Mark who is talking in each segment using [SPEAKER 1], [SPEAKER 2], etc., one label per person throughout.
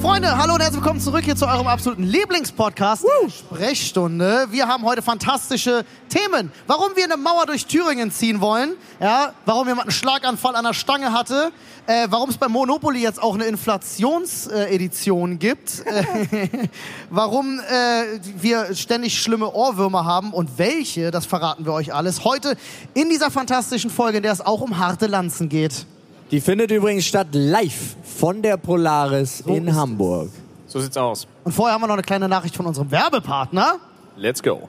[SPEAKER 1] Freunde, hallo und herzlich willkommen zurück hier zu eurem absoluten Lieblingspodcast, der Sprechstunde. Wir haben heute fantastische Themen. Warum wir eine Mauer durch Thüringen ziehen wollen, ja, warum jemand einen Schlaganfall an der Stange hatte, äh, warum es bei Monopoly jetzt auch eine Inflationsedition gibt, äh, warum äh, wir ständig schlimme Ohrwürmer haben und welche, das verraten wir euch alles heute in dieser fantastischen Folge, in der es auch um harte Lanzen geht.
[SPEAKER 2] Die findet übrigens statt live von der Polaris
[SPEAKER 1] ist
[SPEAKER 2] in Hamburg.
[SPEAKER 3] So sieht's aus.
[SPEAKER 1] Und vorher haben wir noch eine kleine Nachricht von unserem Werbepartner.
[SPEAKER 3] Let's go.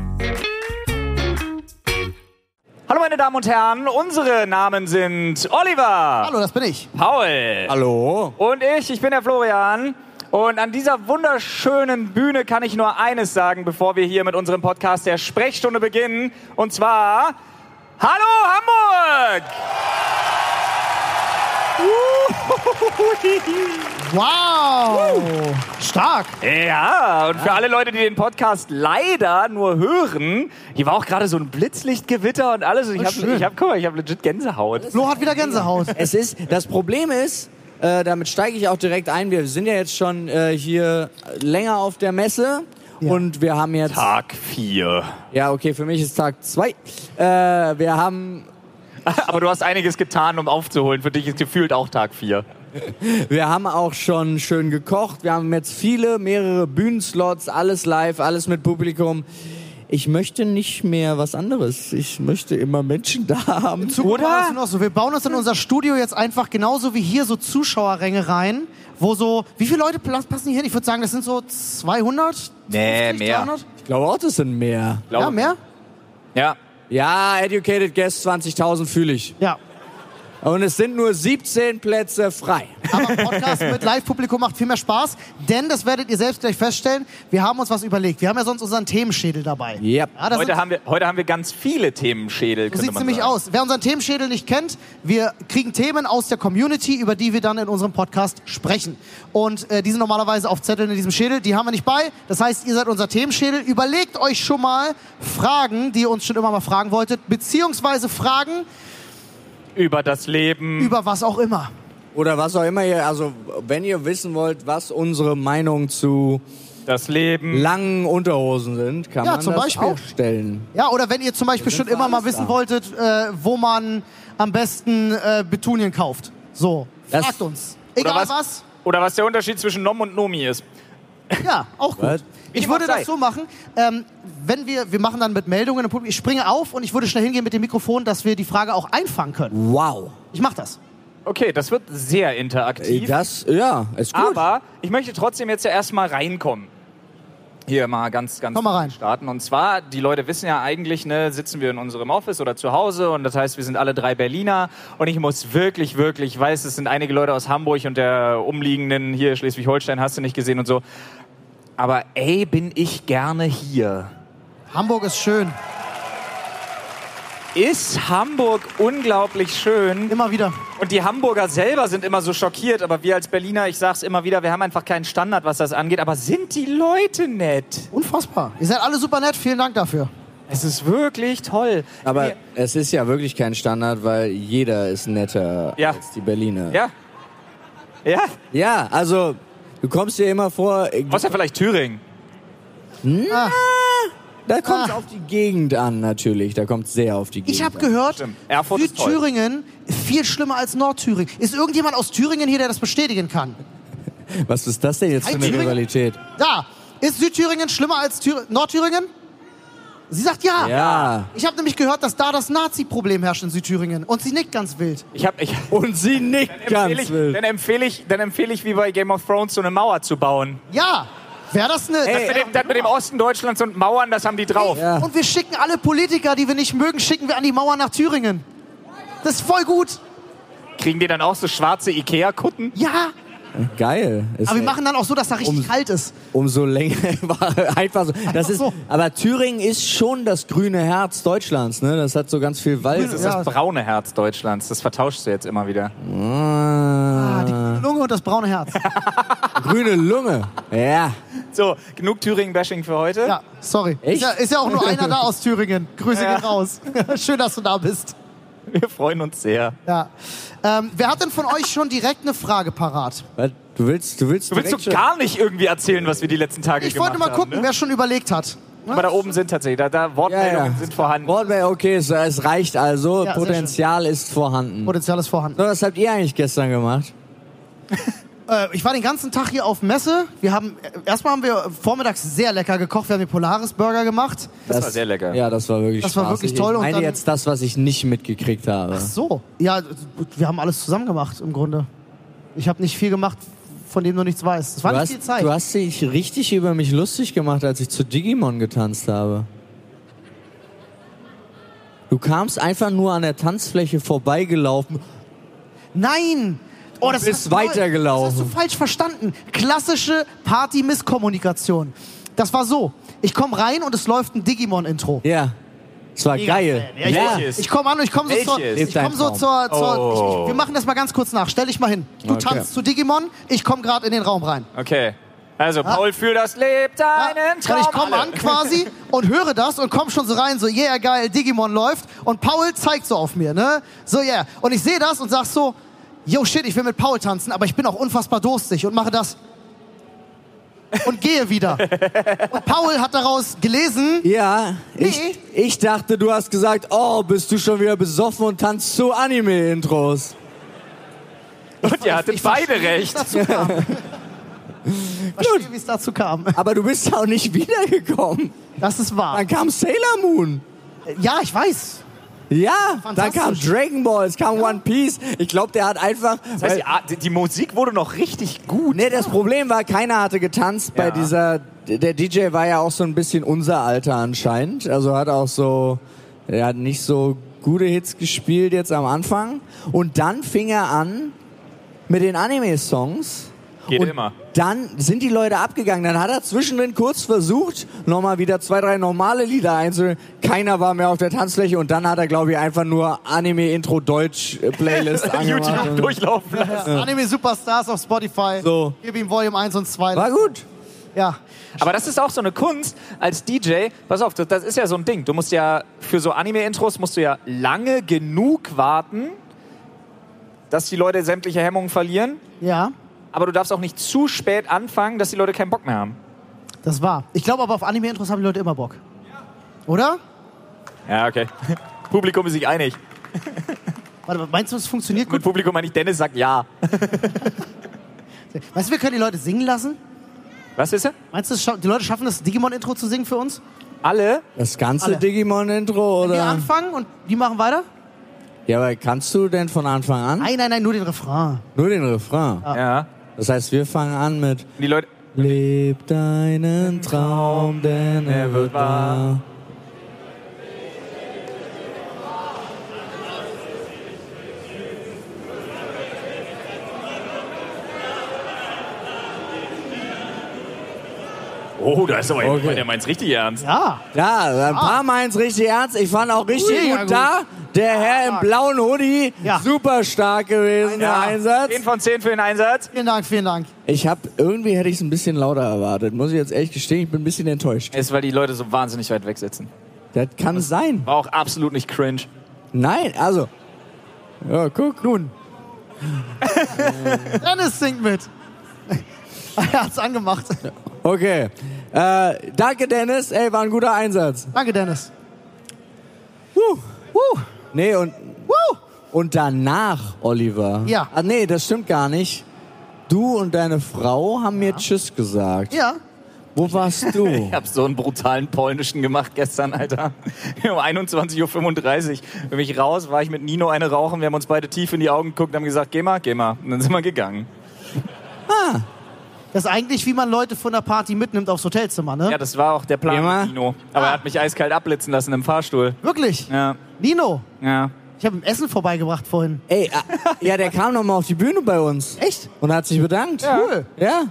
[SPEAKER 3] Hallo meine Damen und Herren, unsere Namen sind Oliver,
[SPEAKER 1] Hallo, das bin ich.
[SPEAKER 3] Paul
[SPEAKER 2] Hallo.
[SPEAKER 3] und ich, ich bin der Florian. Und an dieser wunderschönen Bühne kann ich nur eines sagen, bevor wir hier mit unserem Podcast der Sprechstunde beginnen. Und zwar, hallo Hamburg!
[SPEAKER 1] Wow. Stark.
[SPEAKER 3] Ja, und für alle Leute, die den Podcast leider nur hören, hier war auch gerade so ein Blitzlichtgewitter und alles. Und ich
[SPEAKER 1] Und
[SPEAKER 3] habe,
[SPEAKER 1] schön.
[SPEAKER 3] ich hab, guck mal, ich habe legit Gänsehaut.
[SPEAKER 1] Flo hat wieder Gänsehaut.
[SPEAKER 2] Es ist, das Problem ist, äh, damit steige ich auch direkt ein, wir sind ja jetzt schon äh, hier länger auf der Messe und wir haben jetzt...
[SPEAKER 3] Tag 4.
[SPEAKER 2] Ja, okay, für mich ist Tag zwei. Äh, wir haben,
[SPEAKER 3] Aber du hast einiges getan, um aufzuholen. Für dich ist gefühlt auch Tag 4.
[SPEAKER 2] wir haben auch schon schön gekocht. Wir haben jetzt viele, mehrere Bühnenslots, alles live, alles mit Publikum. Ich möchte nicht mehr was anderes. Ich möchte immer Menschen da haben.
[SPEAKER 1] Zukunft machen wir das noch so. Wir bauen uns in unser Studio jetzt einfach genauso wie hier so Zuschauerränge rein, wo so, wie viele Leute pla- passen hier hin? Ich würde sagen, das sind so 200?
[SPEAKER 3] Nee,
[SPEAKER 1] 50,
[SPEAKER 3] mehr.
[SPEAKER 1] 300?
[SPEAKER 2] Äh, Ich glaube auch, das sind mehr.
[SPEAKER 1] Ja, mehr?
[SPEAKER 3] Ja.
[SPEAKER 2] Ja, Educated Guest 20.000 fühle ich.
[SPEAKER 1] Ja.
[SPEAKER 2] Und es sind nur 17 Plätze frei.
[SPEAKER 1] Aber ein Podcast mit Live-Publikum macht viel mehr Spaß, denn das werdet ihr selbst gleich feststellen. Wir haben uns was überlegt. Wir haben ja sonst unseren Themenschädel dabei.
[SPEAKER 2] Yep.
[SPEAKER 1] Ja, das
[SPEAKER 3] Heute
[SPEAKER 1] sind,
[SPEAKER 3] haben, wir, heute haben wir ganz viele Themenschädel.
[SPEAKER 1] so
[SPEAKER 3] könnte
[SPEAKER 1] sieht
[SPEAKER 3] man
[SPEAKER 1] nämlich
[SPEAKER 3] sagen.
[SPEAKER 1] aus. Wer unseren Themenschädel nicht kennt, wir kriegen Themen aus der Community, über die wir dann in unserem Podcast sprechen. Und äh, die sind normalerweise auf Zetteln in diesem Schädel, die haben wir nicht bei. Das heißt, ihr seid unser Themenschädel. Überlegt euch schon mal Fragen, die ihr uns schon immer mal fragen wolltet, beziehungsweise Fragen
[SPEAKER 3] Über das Leben.
[SPEAKER 1] über was auch immer.
[SPEAKER 2] Oder was auch immer ihr, also wenn ihr wissen wollt, was unsere Meinung zu
[SPEAKER 3] das Leben.
[SPEAKER 2] langen Unterhosen sind, kann
[SPEAKER 1] Ja,
[SPEAKER 2] man
[SPEAKER 1] zum
[SPEAKER 2] das
[SPEAKER 1] Beispiel.
[SPEAKER 2] auch stellen.
[SPEAKER 1] Ja, oder wenn ihr zum Beispiel schon
[SPEAKER 2] für
[SPEAKER 1] immer mal
[SPEAKER 2] alles
[SPEAKER 1] wissen
[SPEAKER 2] da.
[SPEAKER 1] wolltet, äh, wo man am besten äh, Betunien kauft. So,
[SPEAKER 2] Das-
[SPEAKER 1] fragt uns.
[SPEAKER 3] Oder
[SPEAKER 1] Egal
[SPEAKER 3] was,
[SPEAKER 1] was.
[SPEAKER 3] Oder was der Unterschied zwischen Nom und Nomi ist.
[SPEAKER 1] Ja, auch gut.
[SPEAKER 2] Was?
[SPEAKER 1] Ich
[SPEAKER 3] Wie
[SPEAKER 1] würde
[SPEAKER 3] dem auch
[SPEAKER 1] das
[SPEAKER 3] sei.
[SPEAKER 1] so machen, ähm, wenn wir, wir machen dann mit Meldungen im Publikum. Ich springe auf und ich würde schnell hingehen mit dem Mikrofon, dass wir die Frage auch einfangen können.
[SPEAKER 2] Wow. Äh,
[SPEAKER 1] Ich mach das.
[SPEAKER 3] Okay, das wird sehr interaktiv.
[SPEAKER 2] Das, ja, ist gut.
[SPEAKER 3] Aber ich möchte trotzdem jetzt ja erstmal reinkommen. Hier mal ganz, ganz
[SPEAKER 1] Komm mal rein.
[SPEAKER 3] starten. Und zwar, die Leute wissen ja eigentlich, ne, sitzen wir in unserem Office oder zu Hause und das heißt, wir sind alle drei Berliner und ich muss wirklich, wirklich, ich weiß, es sind einige Leute aus Hamburg und der umliegenden hier Schleswig-Holstein hast du nicht gesehen und so. Aber ey, bin ich gerne hier.
[SPEAKER 1] Hamburg ist schön.
[SPEAKER 3] ist Hamburg unglaublich schön.
[SPEAKER 1] Immer wieder.
[SPEAKER 3] Und die Hamburger selber sind immer so schockiert, aber wir als Berliner, ich sag's immer wieder, wir haben einfach keinen Standard, was das angeht. Aber sind die Leute nett?
[SPEAKER 1] Unfassbar. Ihr seid alle super nett. Vielen Dank dafür.
[SPEAKER 3] Es ist wirklich toll.
[SPEAKER 2] Aber
[SPEAKER 3] Wir-
[SPEAKER 2] es ist ja wirklich kein Standard, weil jeder ist netter
[SPEAKER 3] Ja.
[SPEAKER 2] als die Berliner.
[SPEAKER 3] ja. Ja,
[SPEAKER 2] Ja, also du kommst dir immer vor, äh,
[SPEAKER 3] außer vielleicht Thüringen.
[SPEAKER 2] da kommt es
[SPEAKER 1] Ah.
[SPEAKER 2] auf die Gegend an natürlich, da kommt es sehr auf die Gegend
[SPEAKER 1] Ich habe
[SPEAKER 2] an.
[SPEAKER 1] gehört,
[SPEAKER 3] Stimmt. Erfurt ist toll.
[SPEAKER 1] Südthüringen viel schlimmer als Nordthüringen. Ist irgendjemand aus Thüringen hier, der das bestätigen kann?
[SPEAKER 2] Was ist das denn jetzt für
[SPEAKER 1] Hey,
[SPEAKER 2] eine
[SPEAKER 1] Thüringen-
[SPEAKER 2] Rivalität?
[SPEAKER 1] Da. Ist Südthüringen schlimmer als Thür Nordthüringen? Sie sagt ja.
[SPEAKER 2] Ja.
[SPEAKER 1] Ich habe nämlich gehört, dass da das Nazi-Problem herrscht in Südthüringen. Und sie nickt ganz wild.
[SPEAKER 3] Ich hab, ich,
[SPEAKER 2] Und sie nickt
[SPEAKER 3] empfehle
[SPEAKER 2] ganz
[SPEAKER 3] ich,
[SPEAKER 2] wild.
[SPEAKER 3] dann empfehle ich, dann empfehle ich, wie bei Game of Thrones, so eine Mauer zu bauen.
[SPEAKER 1] Ja. Wäre das eine...
[SPEAKER 3] Das mit, dem, das mit dem Osten Deutschlands und Mauern, das haben die drauf.
[SPEAKER 2] Ja.
[SPEAKER 1] Und wir schicken alle Politiker, die wir nicht mögen, schicken wir an die Mauer nach Thüringen. Das ist voll gut.
[SPEAKER 3] Kriegen die dann auch so schwarze Ikea-Kutten?
[SPEAKER 1] Ja.
[SPEAKER 2] Geil. Ist
[SPEAKER 1] Aber wir
[SPEAKER 2] echt-
[SPEAKER 1] machen dann auch so, dass da richtig
[SPEAKER 2] Um-
[SPEAKER 1] kalt ist.
[SPEAKER 2] Umso länger war einfach so. Das ist,
[SPEAKER 1] so.
[SPEAKER 2] aber Thüringen ist schon das grüne Herz Deutschlands, ne? Das hat so ganz viel Wald.
[SPEAKER 3] Das ist
[SPEAKER 1] Ja.
[SPEAKER 3] das braune Herz Deutschlands. Das vertauschst du jetzt immer wieder.
[SPEAKER 1] Ah, die
[SPEAKER 2] Ah,
[SPEAKER 1] grüne Lunge und das braune Herz.
[SPEAKER 2] grüne Lunge. Ja.
[SPEAKER 3] So, genug Thüringen-Bashing für heute.
[SPEAKER 1] Ja, sorry.
[SPEAKER 2] Echt?
[SPEAKER 1] Ist ja, ist ja auch nur einer da aus Thüringen. Grüße
[SPEAKER 3] Ja.
[SPEAKER 1] gehen raus. Schön, dass du da bist.
[SPEAKER 3] Wir freuen uns sehr.
[SPEAKER 1] Ja. Ähm, wer hat denn von euch schon direkt eine Frage parat?
[SPEAKER 2] Was? Du willst, du willst,
[SPEAKER 3] Du willst
[SPEAKER 2] direkt
[SPEAKER 3] doch gar nicht irgendwie erzählen, was wir die letzten Tage
[SPEAKER 1] Ich
[SPEAKER 3] gemacht
[SPEAKER 1] wollte
[SPEAKER 3] haben.
[SPEAKER 1] mal gucken,
[SPEAKER 3] ne?
[SPEAKER 1] wer schon überlegt hat. Ne?
[SPEAKER 3] Aber da oben sind tatsächlich, da, da Wortmeldungen
[SPEAKER 2] Ja, ja.
[SPEAKER 3] sind vorhanden.
[SPEAKER 2] Broadway, okay, so, es reicht also.
[SPEAKER 1] Ja, sehr
[SPEAKER 2] Potenzial ist vorhanden.
[SPEAKER 1] Potenzial ist vorhanden.
[SPEAKER 2] So, was habt ihr eigentlich gestern gemacht?
[SPEAKER 1] Äh, ich war den ganzen Tag hier auf Messe. Wir haben äh, erstmal haben wir vormittags sehr lecker gekocht. Wir haben den Polaris Burger gemacht.
[SPEAKER 3] Das war sehr lecker.
[SPEAKER 2] Ja, das war wirklich
[SPEAKER 1] Das war
[SPEAKER 2] spaßig.
[SPEAKER 1] wirklich toll
[SPEAKER 2] Ich
[SPEAKER 1] und
[SPEAKER 2] meine
[SPEAKER 1] dann-
[SPEAKER 2] jetzt das, was ich nicht mitgekriegt habe.
[SPEAKER 1] Ach so. Ja, wir haben alles zusammen gemacht im Grunde. Ich habe nicht viel gemacht, von dem du nichts weißt. Es war
[SPEAKER 2] Du
[SPEAKER 1] nicht
[SPEAKER 2] hast,
[SPEAKER 1] viel Zeit.
[SPEAKER 2] du hast dich richtig über mich lustig gemacht, als ich zu Digimon getanzt habe. Du kamst einfach nur an der Tanzfläche vorbeigelaufen.
[SPEAKER 1] Nein! Oh, das
[SPEAKER 2] bist
[SPEAKER 1] hast du mal-
[SPEAKER 2] weitergelaufen.
[SPEAKER 1] Das hast du falsch verstanden. Klassische Party-Misskommunikation. Das war so. Ich komme rein und es läuft ein Digimon-Intro.
[SPEAKER 2] Ja, es war geil.
[SPEAKER 3] Ja, ich
[SPEAKER 2] ja.
[SPEAKER 3] weiß es.
[SPEAKER 1] Ich komme an und ich komme so
[SPEAKER 3] Welches?
[SPEAKER 1] zur...
[SPEAKER 2] Lebt
[SPEAKER 1] Ich
[SPEAKER 2] dein
[SPEAKER 1] komm so
[SPEAKER 2] Traum.
[SPEAKER 1] zur, zur
[SPEAKER 3] Oh.
[SPEAKER 1] ich, ich, wir machen das mal ganz kurz nach. Stell dich mal hin. Du
[SPEAKER 2] Okay.
[SPEAKER 1] tanzt zu Digimon, ich komme gerade in den Raum rein.
[SPEAKER 3] Okay. Also, Paul für das lebt einen
[SPEAKER 1] Ja,
[SPEAKER 3] Traum.
[SPEAKER 1] Ah. ich komme
[SPEAKER 3] alle.
[SPEAKER 1] an quasi und höre das und komme schon so rein, so, yeah, geil, Digimon läuft. Und Paul zeigt so auf mir, ne? So, yeah. Und ich sehe das und sag so, yo, shit, ich will mit Paul tanzen, aber ich bin auch unfassbar durstig und mache das. Und gehe wieder. Und Paul hat daraus gelesen,
[SPEAKER 2] Ja, ich,
[SPEAKER 1] Nee.
[SPEAKER 2] ich dachte, du hast gesagt, oh, bist du schon wieder besoffen und tanzt zu Anime-Intros.
[SPEAKER 3] Und ihr hattet beide
[SPEAKER 1] verstehe, wie es
[SPEAKER 3] recht.
[SPEAKER 1] dazu kam. Verstehe, wie es dazu kam.
[SPEAKER 2] Aber du bist auch nicht wiedergekommen.
[SPEAKER 1] Das ist wahr.
[SPEAKER 2] Dann kam Sailor Moon.
[SPEAKER 1] Ja, ich weiß.
[SPEAKER 2] Ja, dann kam
[SPEAKER 1] Fantastisch.
[SPEAKER 2] Dragon Ball, es kam One Piece. Ich glaube, der hat einfach...
[SPEAKER 3] Das heißt, die, Art- die- die Musik wurde noch richtig gut.
[SPEAKER 2] Nee, das Problem war, keiner hatte getanzt bei
[SPEAKER 3] Ja.
[SPEAKER 2] dieser. Der DJ war ja auch so ein bisschen unser Alter anscheinend. Also hat auch so. Er hat nicht so gute Hits gespielt jetzt am Anfang. Und dann fing er an mit den Anime-Songs.
[SPEAKER 3] Geht
[SPEAKER 2] und
[SPEAKER 3] immer.
[SPEAKER 2] Dann sind die Leute abgegangen. Dann hat er zwischendrin kurz versucht, nochmal wieder zwei, drei normale Lieder einzuhören. Keiner war mehr auf der Tanzfläche und dann hat er, glaube ich, einfach nur Anime-Intro-Deutsch-Playlist angemacht.
[SPEAKER 3] YouTube
[SPEAKER 2] Und-
[SPEAKER 3] durchlaufen lassen.
[SPEAKER 1] Anime Superstars auf Spotify.
[SPEAKER 2] So.
[SPEAKER 1] Gib ihm Volume 1 und 2.
[SPEAKER 2] War gut.
[SPEAKER 1] Ja.
[SPEAKER 3] Aber das ist auch so eine Kunst als DJ. Pass auf, das, das ist ja so ein Ding. Du musst ja für so Anime-Intros musst du ja lange genug warten, dass die Leute sämtliche Hemmungen verlieren.
[SPEAKER 1] Ja.
[SPEAKER 3] Aber du darfst auch nicht zu spät anfangen, dass die Leute keinen Bock mehr haben.
[SPEAKER 1] Das war. Ich glaube aber auf Anime-Intros haben die Leute immer Bock. Oder?
[SPEAKER 3] Ja, okay. Publikum ist sich einig.
[SPEAKER 1] Warte, meinst du, es funktioniert
[SPEAKER 3] Mit
[SPEAKER 1] gut?
[SPEAKER 3] Publikum meine ich, Dennis sagt ja.
[SPEAKER 1] Weißt du, wir können die Leute singen lassen?
[SPEAKER 3] Was ist er?
[SPEAKER 1] Meinst du, es scha- die Leute schaffen das Digimon-Intro zu singen für uns?
[SPEAKER 3] Alle?
[SPEAKER 2] Das ganze
[SPEAKER 1] Alle.
[SPEAKER 2] Digimon-Intro, oder?
[SPEAKER 1] Wir anfangen und die machen weiter?
[SPEAKER 2] Ja, aber kannst du denn von Anfang an?
[SPEAKER 1] Nein, nein, nein, nur den Refrain.
[SPEAKER 2] Nur den Refrain.
[SPEAKER 3] Ja.
[SPEAKER 2] Das heißt, wir fangen an mit
[SPEAKER 3] Die Leute.
[SPEAKER 2] Leb deinen Traum, denn er wird wahr.
[SPEAKER 3] Oh, da ist aber jemand,
[SPEAKER 2] Okay.
[SPEAKER 3] der meint's richtig ernst.
[SPEAKER 1] Ja.
[SPEAKER 2] Ja, also ein paar meins richtig ernst. Ich fand auch richtig
[SPEAKER 1] Ah. Ui, ja,
[SPEAKER 2] gut,
[SPEAKER 1] gut.
[SPEAKER 2] da. Der Herr im blauen Hoodie,
[SPEAKER 1] Ja.
[SPEAKER 2] super stark gewesen, der Einsatz.
[SPEAKER 3] 10 von 10 für den Einsatz.
[SPEAKER 1] Vielen Dank, vielen Dank.
[SPEAKER 2] Ich hab, irgendwie hätte ich es ein bisschen lauter erwartet, muss ich jetzt ehrlich gestehen. Ich bin ein bisschen enttäuscht.
[SPEAKER 3] Ist, weil die Leute so wahnsinnig weit weg sitzen.
[SPEAKER 2] Das kann sein.
[SPEAKER 3] War auch absolut nicht cringe.
[SPEAKER 2] Nein, also. Ja, guck. Nun.
[SPEAKER 1] Dennis singt mit. er hat's angemacht.
[SPEAKER 2] Okay. Äh, danke, Dennis. Ey, war ein guter Einsatz.
[SPEAKER 1] Danke, Dennis.
[SPEAKER 2] Huh.
[SPEAKER 1] Woo.
[SPEAKER 2] Nee, und,
[SPEAKER 1] Woo.
[SPEAKER 2] und danach, Oliver.
[SPEAKER 1] Ja.
[SPEAKER 2] Ah, nee, das stimmt gar nicht. Du und deine Frau haben mir Tschüss gesagt.
[SPEAKER 1] Ja.
[SPEAKER 2] Wo warst du?
[SPEAKER 3] Ich hab so einen brutalen polnischen gemacht gestern, Alter. Um 21.35 Uhr bin ich raus, war ich mit Nino eine rauchen. Wir haben uns beide tief in die Augen geguckt, haben gesagt, geh mal, geh mal. Und dann sind wir gegangen.
[SPEAKER 1] Das ist eigentlich, wie man Leute von der Party mitnimmt aufs Hotelzimmer, ne?
[SPEAKER 3] Ja, das war auch der Plan
[SPEAKER 2] Geh mal.
[SPEAKER 3] mit Nino. Aber er hat mich eiskalt abblitzen lassen im Fahrstuhl.
[SPEAKER 1] Wirklich.
[SPEAKER 3] Ah. Ja,
[SPEAKER 1] Nino,
[SPEAKER 3] ja.
[SPEAKER 1] ich habe ihm Essen vorbeigebracht vorhin.
[SPEAKER 2] Ey, ah, ja, der kam nochmal auf die Bühne bei uns.
[SPEAKER 1] Echt?
[SPEAKER 2] Und hat sich bedankt. Ja.
[SPEAKER 1] Cool.